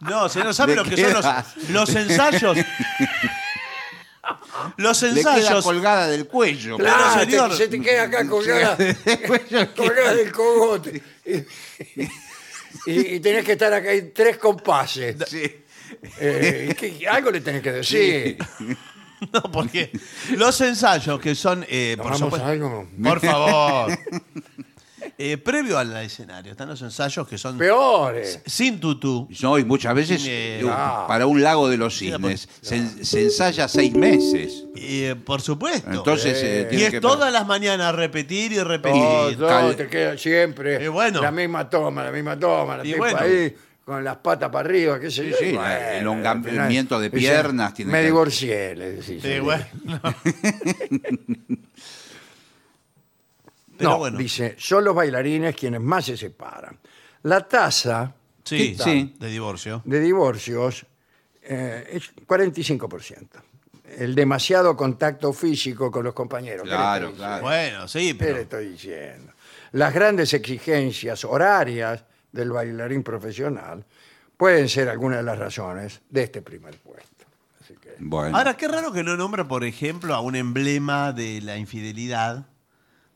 D: No, se no sabe
C: Le
D: lo que
C: queda-
D: son los, los
C: (laughs)
D: ensayos. los
C: Le queda
D: ensayos.
C: colgada del
D: (laughs)
C: cuello.
D: Claro,
B: Claro, te-
D: señor.
B: se te queda acá colgada, (laughs) colgada del cogote. Y, y tenés que estar acá en tres compases.
C: Sí.
B: Eh, y que- algo le tenés que decir.
D: (laughs) No, porque los ensayos que son. eh, por,
B: Tomamos
D: supuesto-
B: algo
C: (laughs)
D: por favor. Eh, previo al escenario están los ensayos que son
B: peor. eh.
D: sin tutú.
C: No, y muchas veces
D: Eh,
C: uh,
B: ah.
C: para un lago de los cisnes
D: pues,
C: se, en- se ensaya seis meses.
D: eh, por supuesto.
C: Entonces, eh,
D: y
C: tiene
D: es
C: que-
D: todas las mañanas repetir y
B: Todo,
D: repetir.
C: cal-
B: Oh, te queda siempre
D: Y bueno.
B: la misma toma, la misma toma, la
D: Y
B: tipa
D: bueno.
B: ahí con las patas para arriba, qué sé yo.
C: sí,
B: Y bueno,
C: el elongamiento de
B: dice,
C: piernas tiene
B: Me
C: que-
B: divorcié, le decís.
D: Sí,
C: (laughs)
D: bueno. Pero
B: No,
D: bueno.
B: dice, son los bailarines quienes más se separan. La tasa
D: Sí,
C: ¿Qué tal?
D: de divorcio.
B: de divorcios eh, es 45%. El demasiado contacto físico con los compañeros. ¿qué le
C: Claro,
B: estoy
C: claro.
D: Bueno, sí,
B: ¿Qué le
D: pero.
B: estoy diciendo? Las grandes exigencias horarias del bailarín profesional pueden ser algunas de las razones de este primer puesto. Así que,
C: Bueno.
D: Ahora, qué raro que no nombra, por ejemplo, a un emblema de la infidelidad,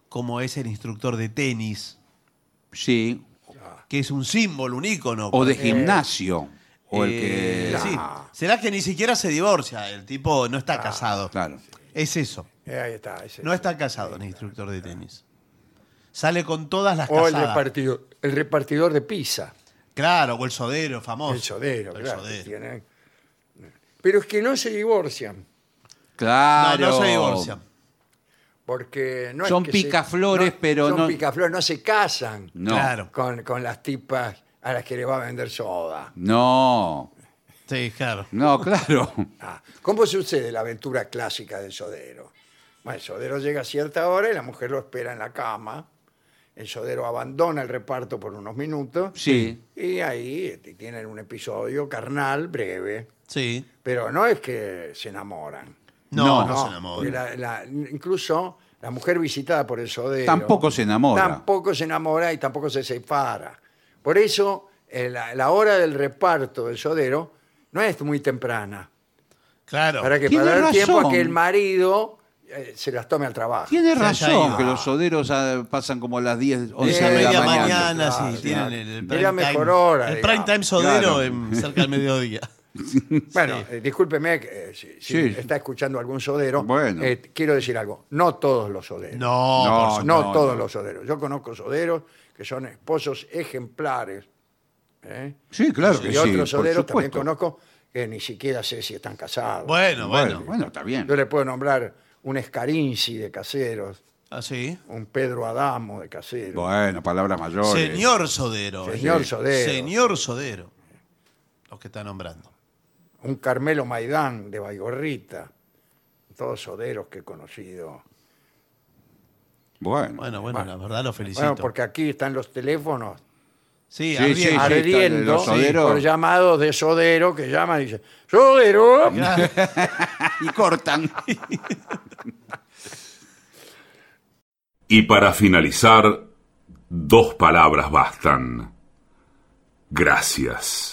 D: como es el instructor de tenis,
C: sí.
D: que es un símbolo, un ícono.
C: O de gimnasio. O el
D: Eh,
C: que.
D: sí. ¿Será que ni siquiera se divorcia? El tipo no
B: Ah,
D: está casado.
C: Claro.
D: Es eso.
B: eh, ahí está. ese.
D: No está casado el instructor de tenis. Sale con todas las
B: o el
D: casadas.
B: repartidor, el repartidor de pizza.
D: Claro, o el sodero famoso.
B: El sodero,
D: El
B: claro,
D: sodero.
B: tienen. Pero es que no se divorcian,
D: No,
C: Claro.
D: no se divorcian.
B: porque no es
C: Son
B: que se-
C: picaflores,
B: no-
C: pero
B: son
C: no-
B: picaflores, no se casan
C: No.
D: Claro.
B: con, con las tipas a las que le va a vender soda.
C: No.
D: Sí, claro.
C: No, claro.
B: Ah, ¿Cómo sucede la aventura clásica del sodero? Bueno, el sodero llega a cierta hora y la mujer lo espera en la cama el sodero abandona el reparto por unos minutos
C: Sí.
B: y ahí este, tienen un episodio carnal breve,
D: Sí.
B: pero no es que se enamoran.
D: No, no,
C: No,
D: se
B: porque
D: enamora.
B: la- la- incluso la mujer visitada por el sodero
C: Tampoco se enamora.
B: Tampoco se enamora y tampoco se separa. Por eso eh, la, la hora del reparto del sodero no es muy temprana.
D: Claro.
B: Para que
C: Tiene
B: para dar tiempo a
C: razón.
B: que el marido eh, se las tome al trabajo.
C: Tiene
D: Se haya
C: razón
D: ido.
C: que los soderos ah, pasan como a las 10, 11
D: Esa
C: de la
D: Eh, media
C: mañana.
D: mañana,
B: claro,
D: sí,
B: claro.
D: tienen el, el
B: Era
D: prime time.
B: mejor hora,
D: el prime
B: digamos.
D: time sodero
C: Claro.
D: en- cerca
B: (laughs)
D: del mediodía.
B: Bueno, eh, discúlpeme eh, si, si
C: Sí.
B: está escuchando algún sodero.
C: Bueno.
B: eh, quiero decir algo. No todos los soderos.
D: No,
C: No,
B: no,
D: por supuesto.
C: no,
B: todos
C: no.
B: los soderos. Yo conozco soderos que son esposos ejemplares. ¿eh?
C: Sí, claro que
B: y
C: sí. por
B: otros soderos también
C: supuesto.
B: conozco que ni siquiera sé si están casados.
D: Bueno, bueno.
C: Bueno, bueno, está bien.
B: Yo le puedo nombrar un Escarinci de caseros,
D: Ah, sí.
B: un Pedro Adamo de caseros,
C: Bueno, palabras mayores.
D: Señor Sodero.
B: Señor
D: Sí.
B: Sodero.
D: Señor Sodero. Los que está nombrando.
B: un Carmelo Maidán de Baigorrita, todos soderos que he conocido.
C: Bueno.
D: Bueno, bueno, la verdad lo felicito.
B: Bueno, porque aquí están los teléfonos
D: Sí,
C: Sí,
D: ardiente.
C: sí, sí.
B: ardiendo
C: los soderos.
B: por llamados de sodero que llaman y dicen, ¡Sodero!
C: Y cortan.
F: Y para finalizar, dos palabras bastan. Gracias.